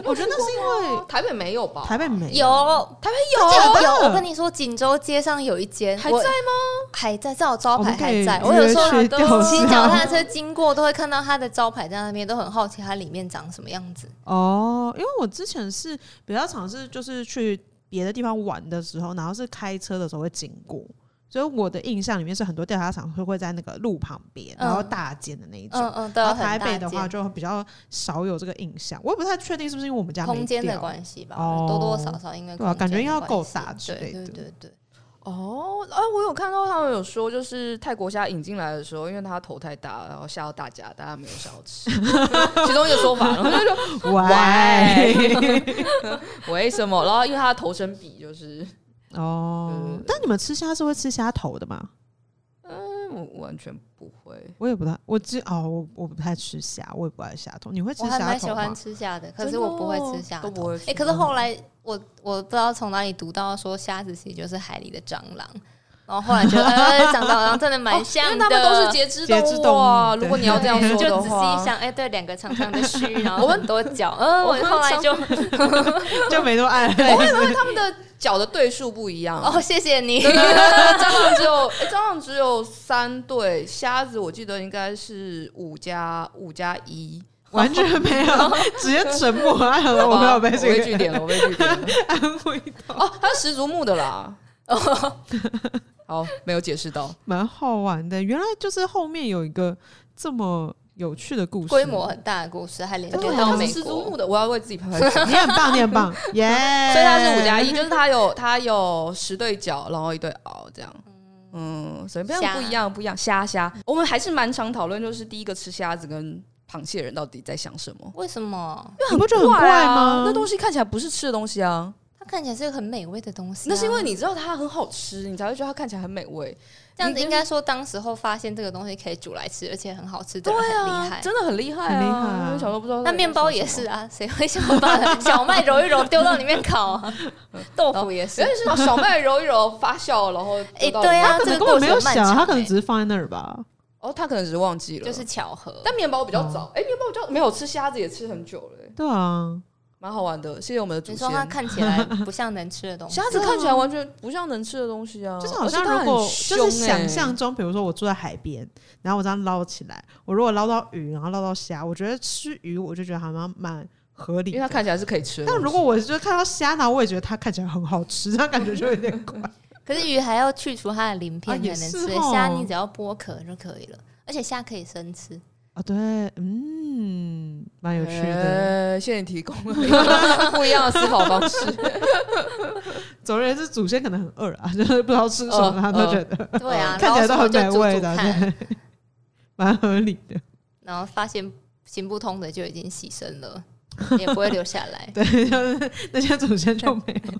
Speaker 1: 我觉得那
Speaker 3: 啊
Speaker 1: 是因
Speaker 3: 哦
Speaker 1: 为
Speaker 2: 台北没有吧？
Speaker 1: 台北 没
Speaker 3: 有台
Speaker 1: 真的
Speaker 3: 有
Speaker 1: 假的
Speaker 3: 有，我跟你说，锦州街上有一间
Speaker 2: 还
Speaker 3: 我
Speaker 2: 在吗？
Speaker 3: 还在，这有招
Speaker 1: 我
Speaker 3: 牌
Speaker 1: 们可
Speaker 3: 还
Speaker 1: 以
Speaker 3: 在，我有时候
Speaker 1: 约去
Speaker 2: 都
Speaker 1: 钓
Speaker 3: 骑脚
Speaker 1: 虾
Speaker 3: 踏车经过都会看到它的招牌在那边，都很好奇它里面长什么样子。
Speaker 1: 哦，因为我之前是比较尝试，就是去别的地方玩的时候，然后是开车的时候会经过。所以我的印象里面是很多钓虾场会会在那个路旁边，然后
Speaker 3: 嗯
Speaker 1: 大间的那一种。
Speaker 3: 嗯嗯，对，
Speaker 1: 然后
Speaker 3: 很
Speaker 1: 台北
Speaker 3: 大
Speaker 1: 的话
Speaker 3: 间
Speaker 1: 就比较少有这个印象，我也不太确定是不是因为我们家没
Speaker 3: 空间的
Speaker 1: 钓
Speaker 3: 关系吧，
Speaker 1: 哦
Speaker 3: 多多少少因为
Speaker 1: 对啊
Speaker 3: 空
Speaker 1: 感觉
Speaker 3: 间
Speaker 1: 应该要
Speaker 3: 的关
Speaker 1: 够
Speaker 3: 系
Speaker 1: 大之类
Speaker 3: 对
Speaker 1: 的
Speaker 3: 对对对。
Speaker 2: 哦，啊，我有看到他们有说，就是泰国虾引进来的时候，因为它头太大，然后吓到大家，大家没有想 要吃。其中一个说法，然后就 说
Speaker 1: 喂，
Speaker 2: 为什么？然后因为它的头身比就是，
Speaker 3: 嗯
Speaker 1: 哦，但你们吃虾是会吃虾头的吗？
Speaker 2: 嗯，我完全不会。
Speaker 1: 我也不太，我只哦，我我不太吃虾，我也不爱虾头。你会吃
Speaker 3: 我还
Speaker 1: 虾
Speaker 3: 蛮喜
Speaker 1: 头吗
Speaker 3: 欢？吃虾的，可
Speaker 2: 真
Speaker 3: 是
Speaker 2: 的
Speaker 3: 我不会
Speaker 2: 哦
Speaker 3: 吃虾
Speaker 2: 都不
Speaker 3: 头
Speaker 2: 会
Speaker 3: 诶
Speaker 2: 吃
Speaker 3: 可是后来我我不知道从哪里读到说虾子其实就是海里的蟑螂，然后后来 觉得呃，长得好像真的蛮像
Speaker 2: 哦因
Speaker 3: 的，
Speaker 2: 为他们都是节肢
Speaker 1: 节肢
Speaker 2: 动物啊。
Speaker 1: 动物
Speaker 2: 如果你要这样说
Speaker 3: 就
Speaker 2: 的
Speaker 3: 仔细
Speaker 2: 话
Speaker 3: 一， 想，哎，对，两个长长的须，然后很多脚，嗯，
Speaker 2: 我
Speaker 3: 我
Speaker 2: 们
Speaker 3: 后来
Speaker 2: 常
Speaker 3: 就
Speaker 1: 就没那么爱。
Speaker 2: 不会，因为他们的脚的对数不一样。啊
Speaker 3: 哦，谢谢你
Speaker 2: 对，对对对蟑螂只有、诶蟑螂只有三对，虾子我记得应该是五加五加一。
Speaker 1: 完全没有，直接沉默。哎呀，
Speaker 2: 好吧
Speaker 1: 我没有被
Speaker 2: 哦我被
Speaker 1: 这
Speaker 2: 据
Speaker 1: 个
Speaker 2: 点了，我被据点了。
Speaker 1: 安慰到，
Speaker 2: 哦，它是十足目的啦。 好，没有解释到
Speaker 1: 蛮好玩的。原来就是后面有一个这么有趣的故事，
Speaker 3: 规模很大的故事，还连
Speaker 1: 对
Speaker 3: 接
Speaker 1: 啊
Speaker 3: 到
Speaker 2: 它是
Speaker 3: 美
Speaker 2: 十足
Speaker 3: 国
Speaker 2: 目。的，我要为自己拍拍手。所
Speaker 1: 你很棒，你很棒，耶！所
Speaker 2: 以它是五加一，就是它有它有十对角，然后一对螯这样。嗯，所以不一样
Speaker 3: 虾
Speaker 2: 不一样不一样，虾虾，我们还是蛮常讨论，就是第一个吃虾子跟螃蟹的人到底在想什么。
Speaker 3: 为什么？
Speaker 1: 你不觉得很
Speaker 2: 怪
Speaker 1: 怪
Speaker 2: 啊
Speaker 1: 吗？
Speaker 2: 那东西看起来不是吃的东西啊，
Speaker 3: 它看起来是个很美味的东西啊、
Speaker 2: 那是因为你知道它很好吃，你才会觉得它看起来很美味。
Speaker 3: 这样子
Speaker 2: 你
Speaker 3: 应该说，当时候发现这个东西可以煮来吃，而且很好吃的
Speaker 2: 对
Speaker 3: 人很厉
Speaker 2: 啊
Speaker 3: 害，。
Speaker 2: 真的很厉害
Speaker 1: 很厉
Speaker 2: 啊！
Speaker 1: 害啊
Speaker 2: 因为小时候不知道
Speaker 3: 那
Speaker 2: 它到底在
Speaker 3: 面包
Speaker 2: 想
Speaker 3: 也
Speaker 2: 什么
Speaker 3: 是啊，谁会想把小麦揉一揉丢到里面烤 啊？豆腐也是
Speaker 2: 原，来是把小麦揉一揉发酵，然后
Speaker 3: 哎、
Speaker 2: 丢到
Speaker 3: 对
Speaker 2: 里面
Speaker 3: 啊，
Speaker 1: 他可
Speaker 3: 这
Speaker 1: 能根
Speaker 3: 个
Speaker 1: 本
Speaker 3: 过
Speaker 1: 没
Speaker 3: 程
Speaker 1: 有
Speaker 3: 漫
Speaker 1: 想，
Speaker 3: 长、
Speaker 1: 他可能只是放在那儿吧。
Speaker 2: 哦，他可能只是嗯忘记
Speaker 3: 欸
Speaker 2: 了，
Speaker 3: 就是巧合。
Speaker 2: 但面包比较早，哎，面包比较没有吃虾子也吃很久了，哎
Speaker 1: 对啊，
Speaker 2: 蛮好玩的。谢谢我们的祖
Speaker 3: 你
Speaker 2: 先
Speaker 3: 说。它看起来不像能 吃的东西
Speaker 2: 虾，子看起来完全不像能吃的东西啊，
Speaker 1: 就是好像如果就是
Speaker 2: 欸
Speaker 1: 想象中，比如说我住在海边，然后我这样捞起来，我如果捞到鱼，然后捞到虾，我觉得吃鱼我就觉得还蛮蛮合理
Speaker 2: 因为
Speaker 1: 的。
Speaker 2: 它看起来是可以吃的东
Speaker 1: 但
Speaker 2: 西。
Speaker 1: 如果我就看到虾，然后我也觉得它看起来很好吃，那感觉就有点 怪。
Speaker 3: 可是鱼还要去除它的鳞
Speaker 1: 啊
Speaker 3: 片
Speaker 1: 也
Speaker 3: 才能
Speaker 1: 是
Speaker 3: 吃，
Speaker 1: 哦
Speaker 3: 虾你只要剥壳就可以了，而且虾可以生 吃。
Speaker 1: 啊，对，嗯，蛮有趣的。
Speaker 2: 哎谢谢你提供了一个不一样的思考方式。
Speaker 1: 总而言之，祖先可能很饿啊， 就是不知道吃什么，
Speaker 2: 呃
Speaker 1: 他都觉得、
Speaker 3: 对啊，
Speaker 1: 看起来
Speaker 3: 然
Speaker 1: 都
Speaker 3: 后
Speaker 1: 很
Speaker 3: 什
Speaker 1: 美
Speaker 3: 么就煮
Speaker 1: 味
Speaker 3: 煮
Speaker 1: 的，
Speaker 3: 看，
Speaker 1: 对，蛮合理的。。
Speaker 3: 然后发现行不通的就已经牺牲了，也不会留下来
Speaker 1: 对，就是那些祖先就没有。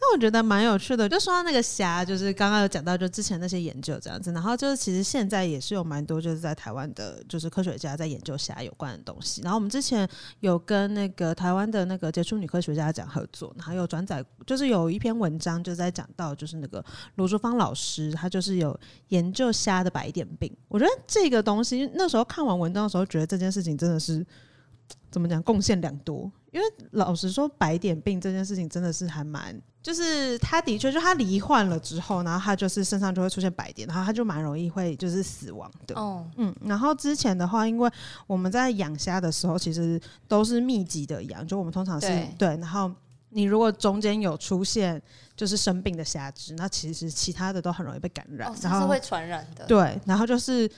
Speaker 1: 那我觉得蛮有趣的，就说到那个虾，就是刚刚有讲到，就之前那些研究这样子，然后就是其实现在也是有蛮多就是在台湾的，就是科学家在研究虾有关的东西。然后我们之前有跟那个台湾的那个杰出女科学家奖合作，然后有转载，就是有一篇文章就在讲到，就是那个罗淑芳老师，她就是有研究虾的白点病。我觉得这个东西那时候看完文章的时候，觉得这件事情真的是怎么讲，贡献良多，因为。老实说，白点病这件事情真的是还蛮，就是他的确，就他罹患了之后，然后他就是身上就会出现白点，然后他就蛮容易会就是死亡的。
Speaker 3: 哦，
Speaker 1: 嗯，然后之前的话，因为我们在养虾的时候，其实都是密集的养，就我们通常是
Speaker 3: 对
Speaker 1: 对，然后你如果中间有出现就是生病的虾只，那其实其他的都很容易被感染，
Speaker 3: 哦，
Speaker 1: 然
Speaker 3: 它是
Speaker 1: 后
Speaker 3: 会传染的。
Speaker 1: 对，然后就是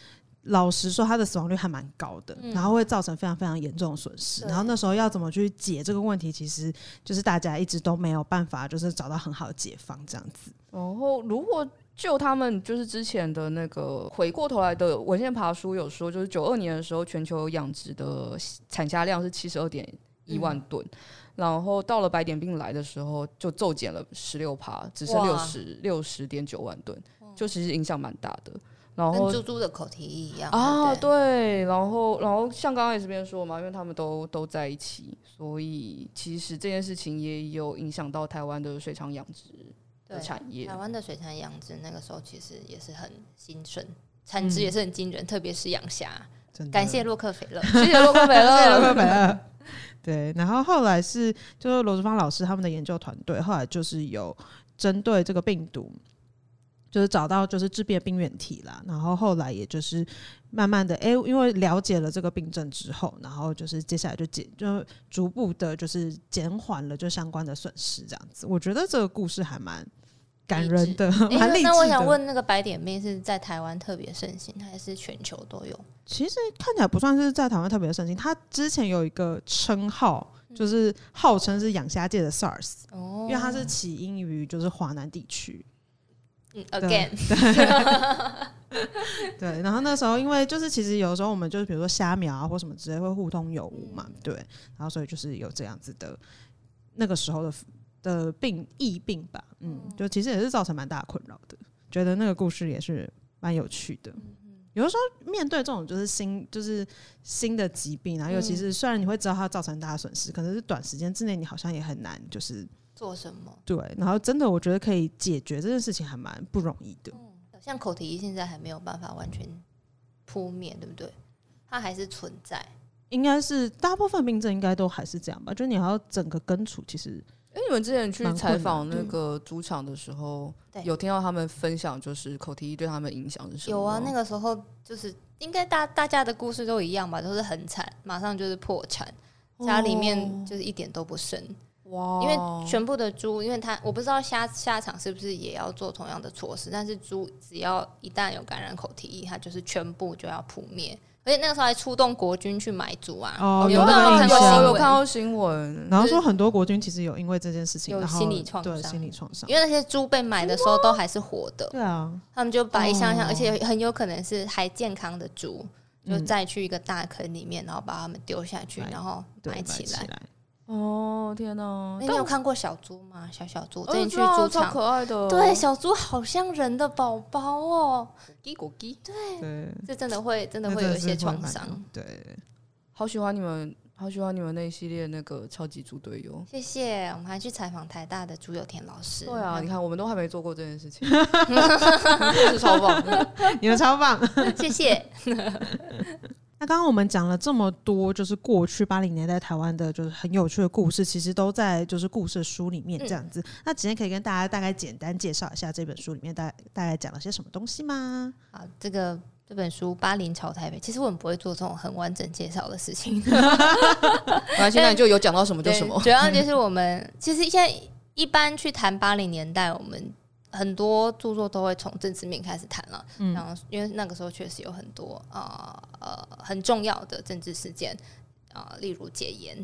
Speaker 1: 老实说，它的死亡率还蛮高的，
Speaker 3: 嗯
Speaker 1: 然后会造成非常非常严重的损失。
Speaker 3: 对
Speaker 1: 然后那时候要怎么去解这个问题，其实就是大家一直都没有办法，就是找到很好的解方这样子。
Speaker 2: 然后，如果就他们就是之前的那个回过头来的文献爬书有说，就是九二年的时候，全球养殖的产虾量是七十二点一
Speaker 3: 嗯
Speaker 2: 万吨，然后到了白点病来的时候，就骤减了十六趴，只剩六
Speaker 3: 哇
Speaker 2: 十六十点九万吨，就其实影响蛮大的。然
Speaker 3: 跟
Speaker 2: 后
Speaker 3: 猪猪的口蹄疫一样
Speaker 1: 哦
Speaker 3: 对
Speaker 2: 啊，
Speaker 3: 不对
Speaker 2: 对，然后然后像刚刚也是边说嘛，因为他们都都在一起，所以其实这件事情也有影响到台湾的水产养殖的
Speaker 3: 对
Speaker 2: 产业
Speaker 3: 台。湾的水产养殖那个时候其实也是很兴盛，产值也是很惊人，特别是养虾。
Speaker 1: 真的
Speaker 3: 感谢洛克菲勒，
Speaker 2: 谢谢洛克菲
Speaker 1: 谢谢罗
Speaker 2: 勒。
Speaker 1: 克菲勒。对，然后后来是就是罗志芳老师他们的研究团队，后来就是有针对这个病毒，就是找到就是致病的病原体啦，然后后来也就是慢慢的，哎、因为了解了这个病症之后，然后就是接下来就减就逐步的就是减缓了就相关的损失这样子。我觉得这个故事还蛮感人的，
Speaker 3: 诶
Speaker 1: 蛮
Speaker 3: 那
Speaker 1: 励志
Speaker 3: 那我想
Speaker 1: 的。
Speaker 3: 问，那个白点病是在台湾特别盛行，还是全球都有？
Speaker 1: 其实看起来不算是在台湾特别盛行，他之前有一个称号。就是号称是养虾界的 SARS，
Speaker 3: 哦
Speaker 1: 因为它是起因于就是华南地区，
Speaker 3: 嗯 again，
Speaker 1: 对。然后那时候因为就是其实有时候我们就是比如说虾苗啊或什么之类会互通有无嘛，对。然后所以就是有这样子的那个时候的的病疫病吧，嗯，就其实也是造成蛮大的困扰的。觉得那个故事也是蛮有趣的。有的时候面对这种就是新就是新的疾病，啊然后尤其是虽然你会知道它造成大的损失，可能是短时间之内你好像也很难就是
Speaker 3: 做什么？
Speaker 1: 对，然后真的我觉得可以解决这件事情还蛮不容易的。
Speaker 3: 像口蹄疫现在还没有办法完全扑灭，对不对？它还是存在。
Speaker 1: 应该是大部分病症应该都还是这样吧，就是你还要整个根除，其实
Speaker 2: 哎，你们之前去
Speaker 1: 蛮
Speaker 2: 采
Speaker 1: 困
Speaker 2: 访
Speaker 1: 难嗯
Speaker 2: 那
Speaker 1: 的
Speaker 2: 个猪场的时候，
Speaker 3: 对
Speaker 2: 有听到他们分享就是口蹄疫对他们影响是什么
Speaker 3: 有
Speaker 2: 吗？
Speaker 3: 啊，那个时候就是应该大大家的故事都一样吧，都是很惨，马上就是破产，家里面就是一点都不剩，
Speaker 2: 哦哇，
Speaker 3: 因为全部的猪，因为它我不知道虾虾场是不是也要做同样的措施，但是猪只要一旦有感染口蹄疫，它就是全部就要扑灭。而且那个时候还出动国军去买猪啊！
Speaker 1: 哦
Speaker 3: 你
Speaker 1: 有
Speaker 3: 没
Speaker 1: 那个
Speaker 3: 看
Speaker 1: 印象
Speaker 3: 过
Speaker 2: 有
Speaker 3: 新
Speaker 2: 有
Speaker 3: 闻
Speaker 2: 看到新闻，
Speaker 1: 然后说很多国军其实有因为这件事情，
Speaker 3: 嗯有
Speaker 1: 然后
Speaker 3: 心理创
Speaker 1: 对
Speaker 3: 伤
Speaker 1: 心理创伤
Speaker 3: 因，为那些猪被买的时候都还是活的，
Speaker 1: 对啊，
Speaker 3: 他们就把一箱一箱，
Speaker 1: 哦
Speaker 3: 而且很有可能是还健康的猪，就
Speaker 1: 嗯
Speaker 3: 再去一个大坑里面，然后把它们丢下去，
Speaker 1: 埋
Speaker 3: 然后
Speaker 1: 对
Speaker 3: 埋起来。
Speaker 1: 来，
Speaker 2: 哦天哪！
Speaker 3: 那
Speaker 2: 但
Speaker 3: 你有
Speaker 2: 我
Speaker 3: 看过小猪吗？小小猪，我之
Speaker 2: 哦
Speaker 3: 前
Speaker 2: 我
Speaker 3: 去
Speaker 2: 知道
Speaker 3: 猪
Speaker 2: 超
Speaker 3: 场，
Speaker 2: 可爱的，
Speaker 3: 对，小猪好像人的宝宝哦，
Speaker 2: 鸡果鸡，
Speaker 1: 对，
Speaker 3: 这真的会真的
Speaker 1: 那
Speaker 3: 会有一
Speaker 1: 是
Speaker 3: 些创
Speaker 1: 蛮
Speaker 3: 伤。，
Speaker 1: 对，
Speaker 2: 好喜欢你们，好喜欢你们那一系列那个超级猪队友。
Speaker 3: 谢谢，我们还去采访台大的朱有田老师。
Speaker 2: 对啊，
Speaker 3: 然
Speaker 2: 你看我们都还没做过这件 事情，真的是超棒的。
Speaker 1: 你们超棒，
Speaker 3: 后，谢谢。
Speaker 1: 那刚刚我们讲了这么多，就是过去八零年代台湾的，就是很有趣的故事，其实都在就是故事书里面这
Speaker 3: 嗯
Speaker 1: 样子。那今天可以跟大家大概简单介绍一下这本书里面大大概讲了些什么东西吗？
Speaker 3: 好，这个这本书《八零朝台北》，其实我们不会做这种很完整介绍的事情，
Speaker 2: 没关系，那你就有讲到什么就
Speaker 3: 对，
Speaker 2: 什么。
Speaker 3: 主要 就是我们其实现在一般去谈八零年代，我们很多著作都会从政治面开始谈了。
Speaker 2: 嗯
Speaker 3: 然后因为那个时候确实有很多呃呃很重要的政治事件，啊、例如解严，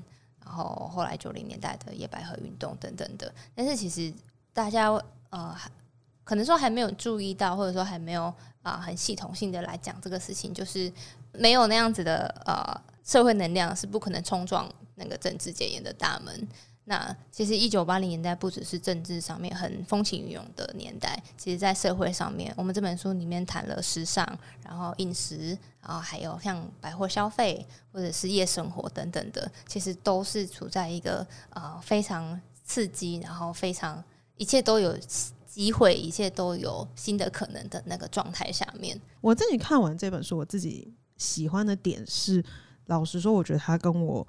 Speaker 3: 然后后来九零年代的野百合运动等等的。但是其实大家呃还可能说还没有注意到，或者说还没有啊、很系统性的来讲这个事情，就是没有那样子的呃社会能量是不可能冲撞那个政治戒严的大门。那其实一九八零年代不只是政治上面很风起云涌的年代，其实在社会上面，我们这本书里面谈了时尚，然后饮食，然后还有像百货消费或者是夜生活等等的，其实都是处在一个呃非常刺激，然后非常一切都有机会，一切都有新的可能的那个状态下面。
Speaker 1: 我自己看完这本书，我自己喜欢的点是，老实说，我觉得它跟我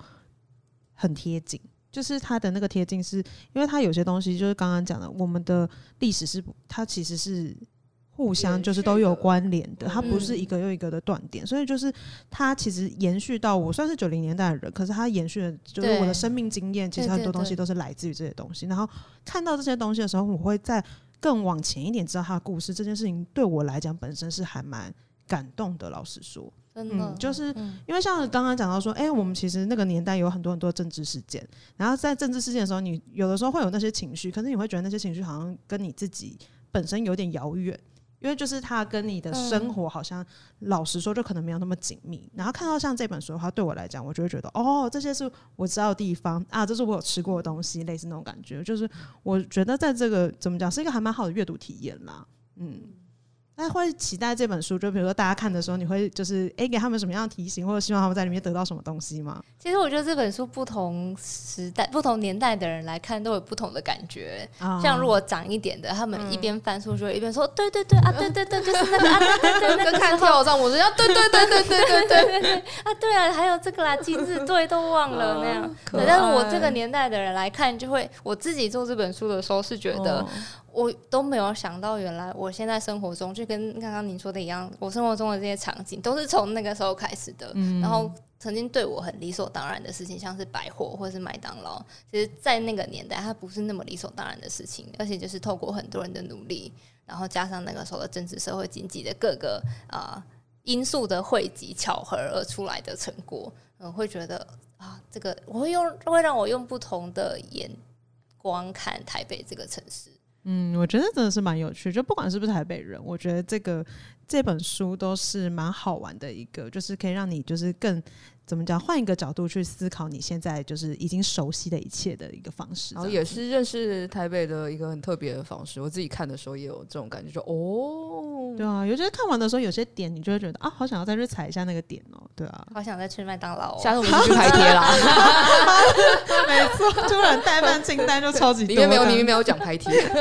Speaker 1: 很贴近。就是它的那个贴近是，因为它有些东西就是刚刚讲的，我们的历史是不它其实是互相就是都有关联的，它不是一个又一个的断点，所以就是它其实延续到我算是九零年代的人，可是它延续的就是
Speaker 3: 对
Speaker 1: 我的生命经验，其实
Speaker 3: 对
Speaker 1: 很
Speaker 3: 对
Speaker 1: 多东西
Speaker 3: 对
Speaker 1: 都是来自于这些东西。然后看到这些东西的时候，我会在更往前一点知道它的故事，这件事情对我来讲本身是还蛮感动的。老实说，
Speaker 3: 真的，
Speaker 1: 嗯，就是
Speaker 3: 嗯
Speaker 1: 因为像刚刚讲到说，哎、我们其实那个年代有很多很多政治事件，然后在政治事件的时候，你有的时候会有那些情绪，可是你会觉得那些情绪好像跟你自己本身有点遥远。因为就是它跟你的
Speaker 3: 嗯
Speaker 1: 生活好像，老实说就可能没有那么紧密。然后看到像这本书的话，对我来讲，我就会觉得哦，这些是我知道的地方啊，这是我有吃过的东西，类似那种感觉。就是我觉得在这个怎么讲，是一个还蛮好的阅读体验啦。嗯，那会期待这本书，就比如说大家看的时候，你会就是诶给他们什么样的提醒，或者希望他们在里面得到什么东西吗？
Speaker 3: 其实我觉得这本书不同时代、不同年代的人来看都有不同的感觉。
Speaker 1: 啊
Speaker 3: 像如果长一点的，他们
Speaker 2: 嗯
Speaker 3: 一边翻书就会一边说：“对对对啊，对对对，就是那个啊，对对对，那
Speaker 2: 跟
Speaker 3: 个
Speaker 2: 看跳舞我是要对对对对对对对，
Speaker 3: 对对对啊，对啊，还有这 个啦，机智对都忘了那样。
Speaker 2: 啊可
Speaker 3: 对，但是我
Speaker 2: 爱
Speaker 3: 这个年代的人来看，就会我自己做这本书的时候是觉得，
Speaker 1: 哦
Speaker 3: 我都没有想到，原来我现在生活中就跟刚刚您说的一样，我生活中的这些场景都是从那个时候开始的。
Speaker 2: 嗯
Speaker 3: 然后曾经对我很理所当然的事情，像是百货或是麦当劳，其实，在那个年代它不是那么理所当然的事情，而且就是透过很多人的努力，然后加上那个时候的政治、社会、经济的各个啊、呃因素的汇集巧合而出来的成果，嗯、会觉得啊，这个我会用会让我用不同的眼光看台北这个城市。
Speaker 1: 嗯，我觉得真的是蛮有趣，就不管是不是台北人，我觉得这个这本书都是蛮好玩的一个，就是可以让你就是更怎么讲，换一个角度去思考你现在就是已经熟悉的一切的一个方式。
Speaker 2: 然后
Speaker 1: 这样
Speaker 2: 哦也是认识台北的一个很特别的方式。我自己看的时候也有这种感觉，就哦，
Speaker 1: 对啊，尤其是看完的时候，有些点你就会觉得啊，好想要再去踩一下那个点哦、对 啊，
Speaker 3: 好想再吃麦当劳、哦。
Speaker 2: 下次我们去拍贴 啦，
Speaker 1: 没错， 突然代办清单就超级多，
Speaker 2: 里面没有
Speaker 1: 这样
Speaker 2: 里面没有讲拍贴，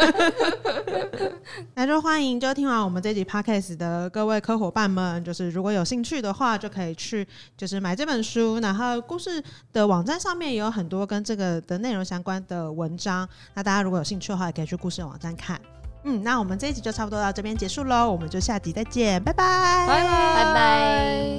Speaker 1: 那就欢迎就听完我们这集 podcast 的各位科伙伴们，就是如果有兴趣的话，就可以去就是买这本书，然后故事的网站上面也有很多跟这个的内容相关的文章。那大家如果有兴趣的话，也可以去故事的网站看。嗯，那我们这一集就差不多到这边结束喽，我们就下集再见，拜拜，
Speaker 2: 拜
Speaker 3: 拜
Speaker 2: 拜
Speaker 3: 拜。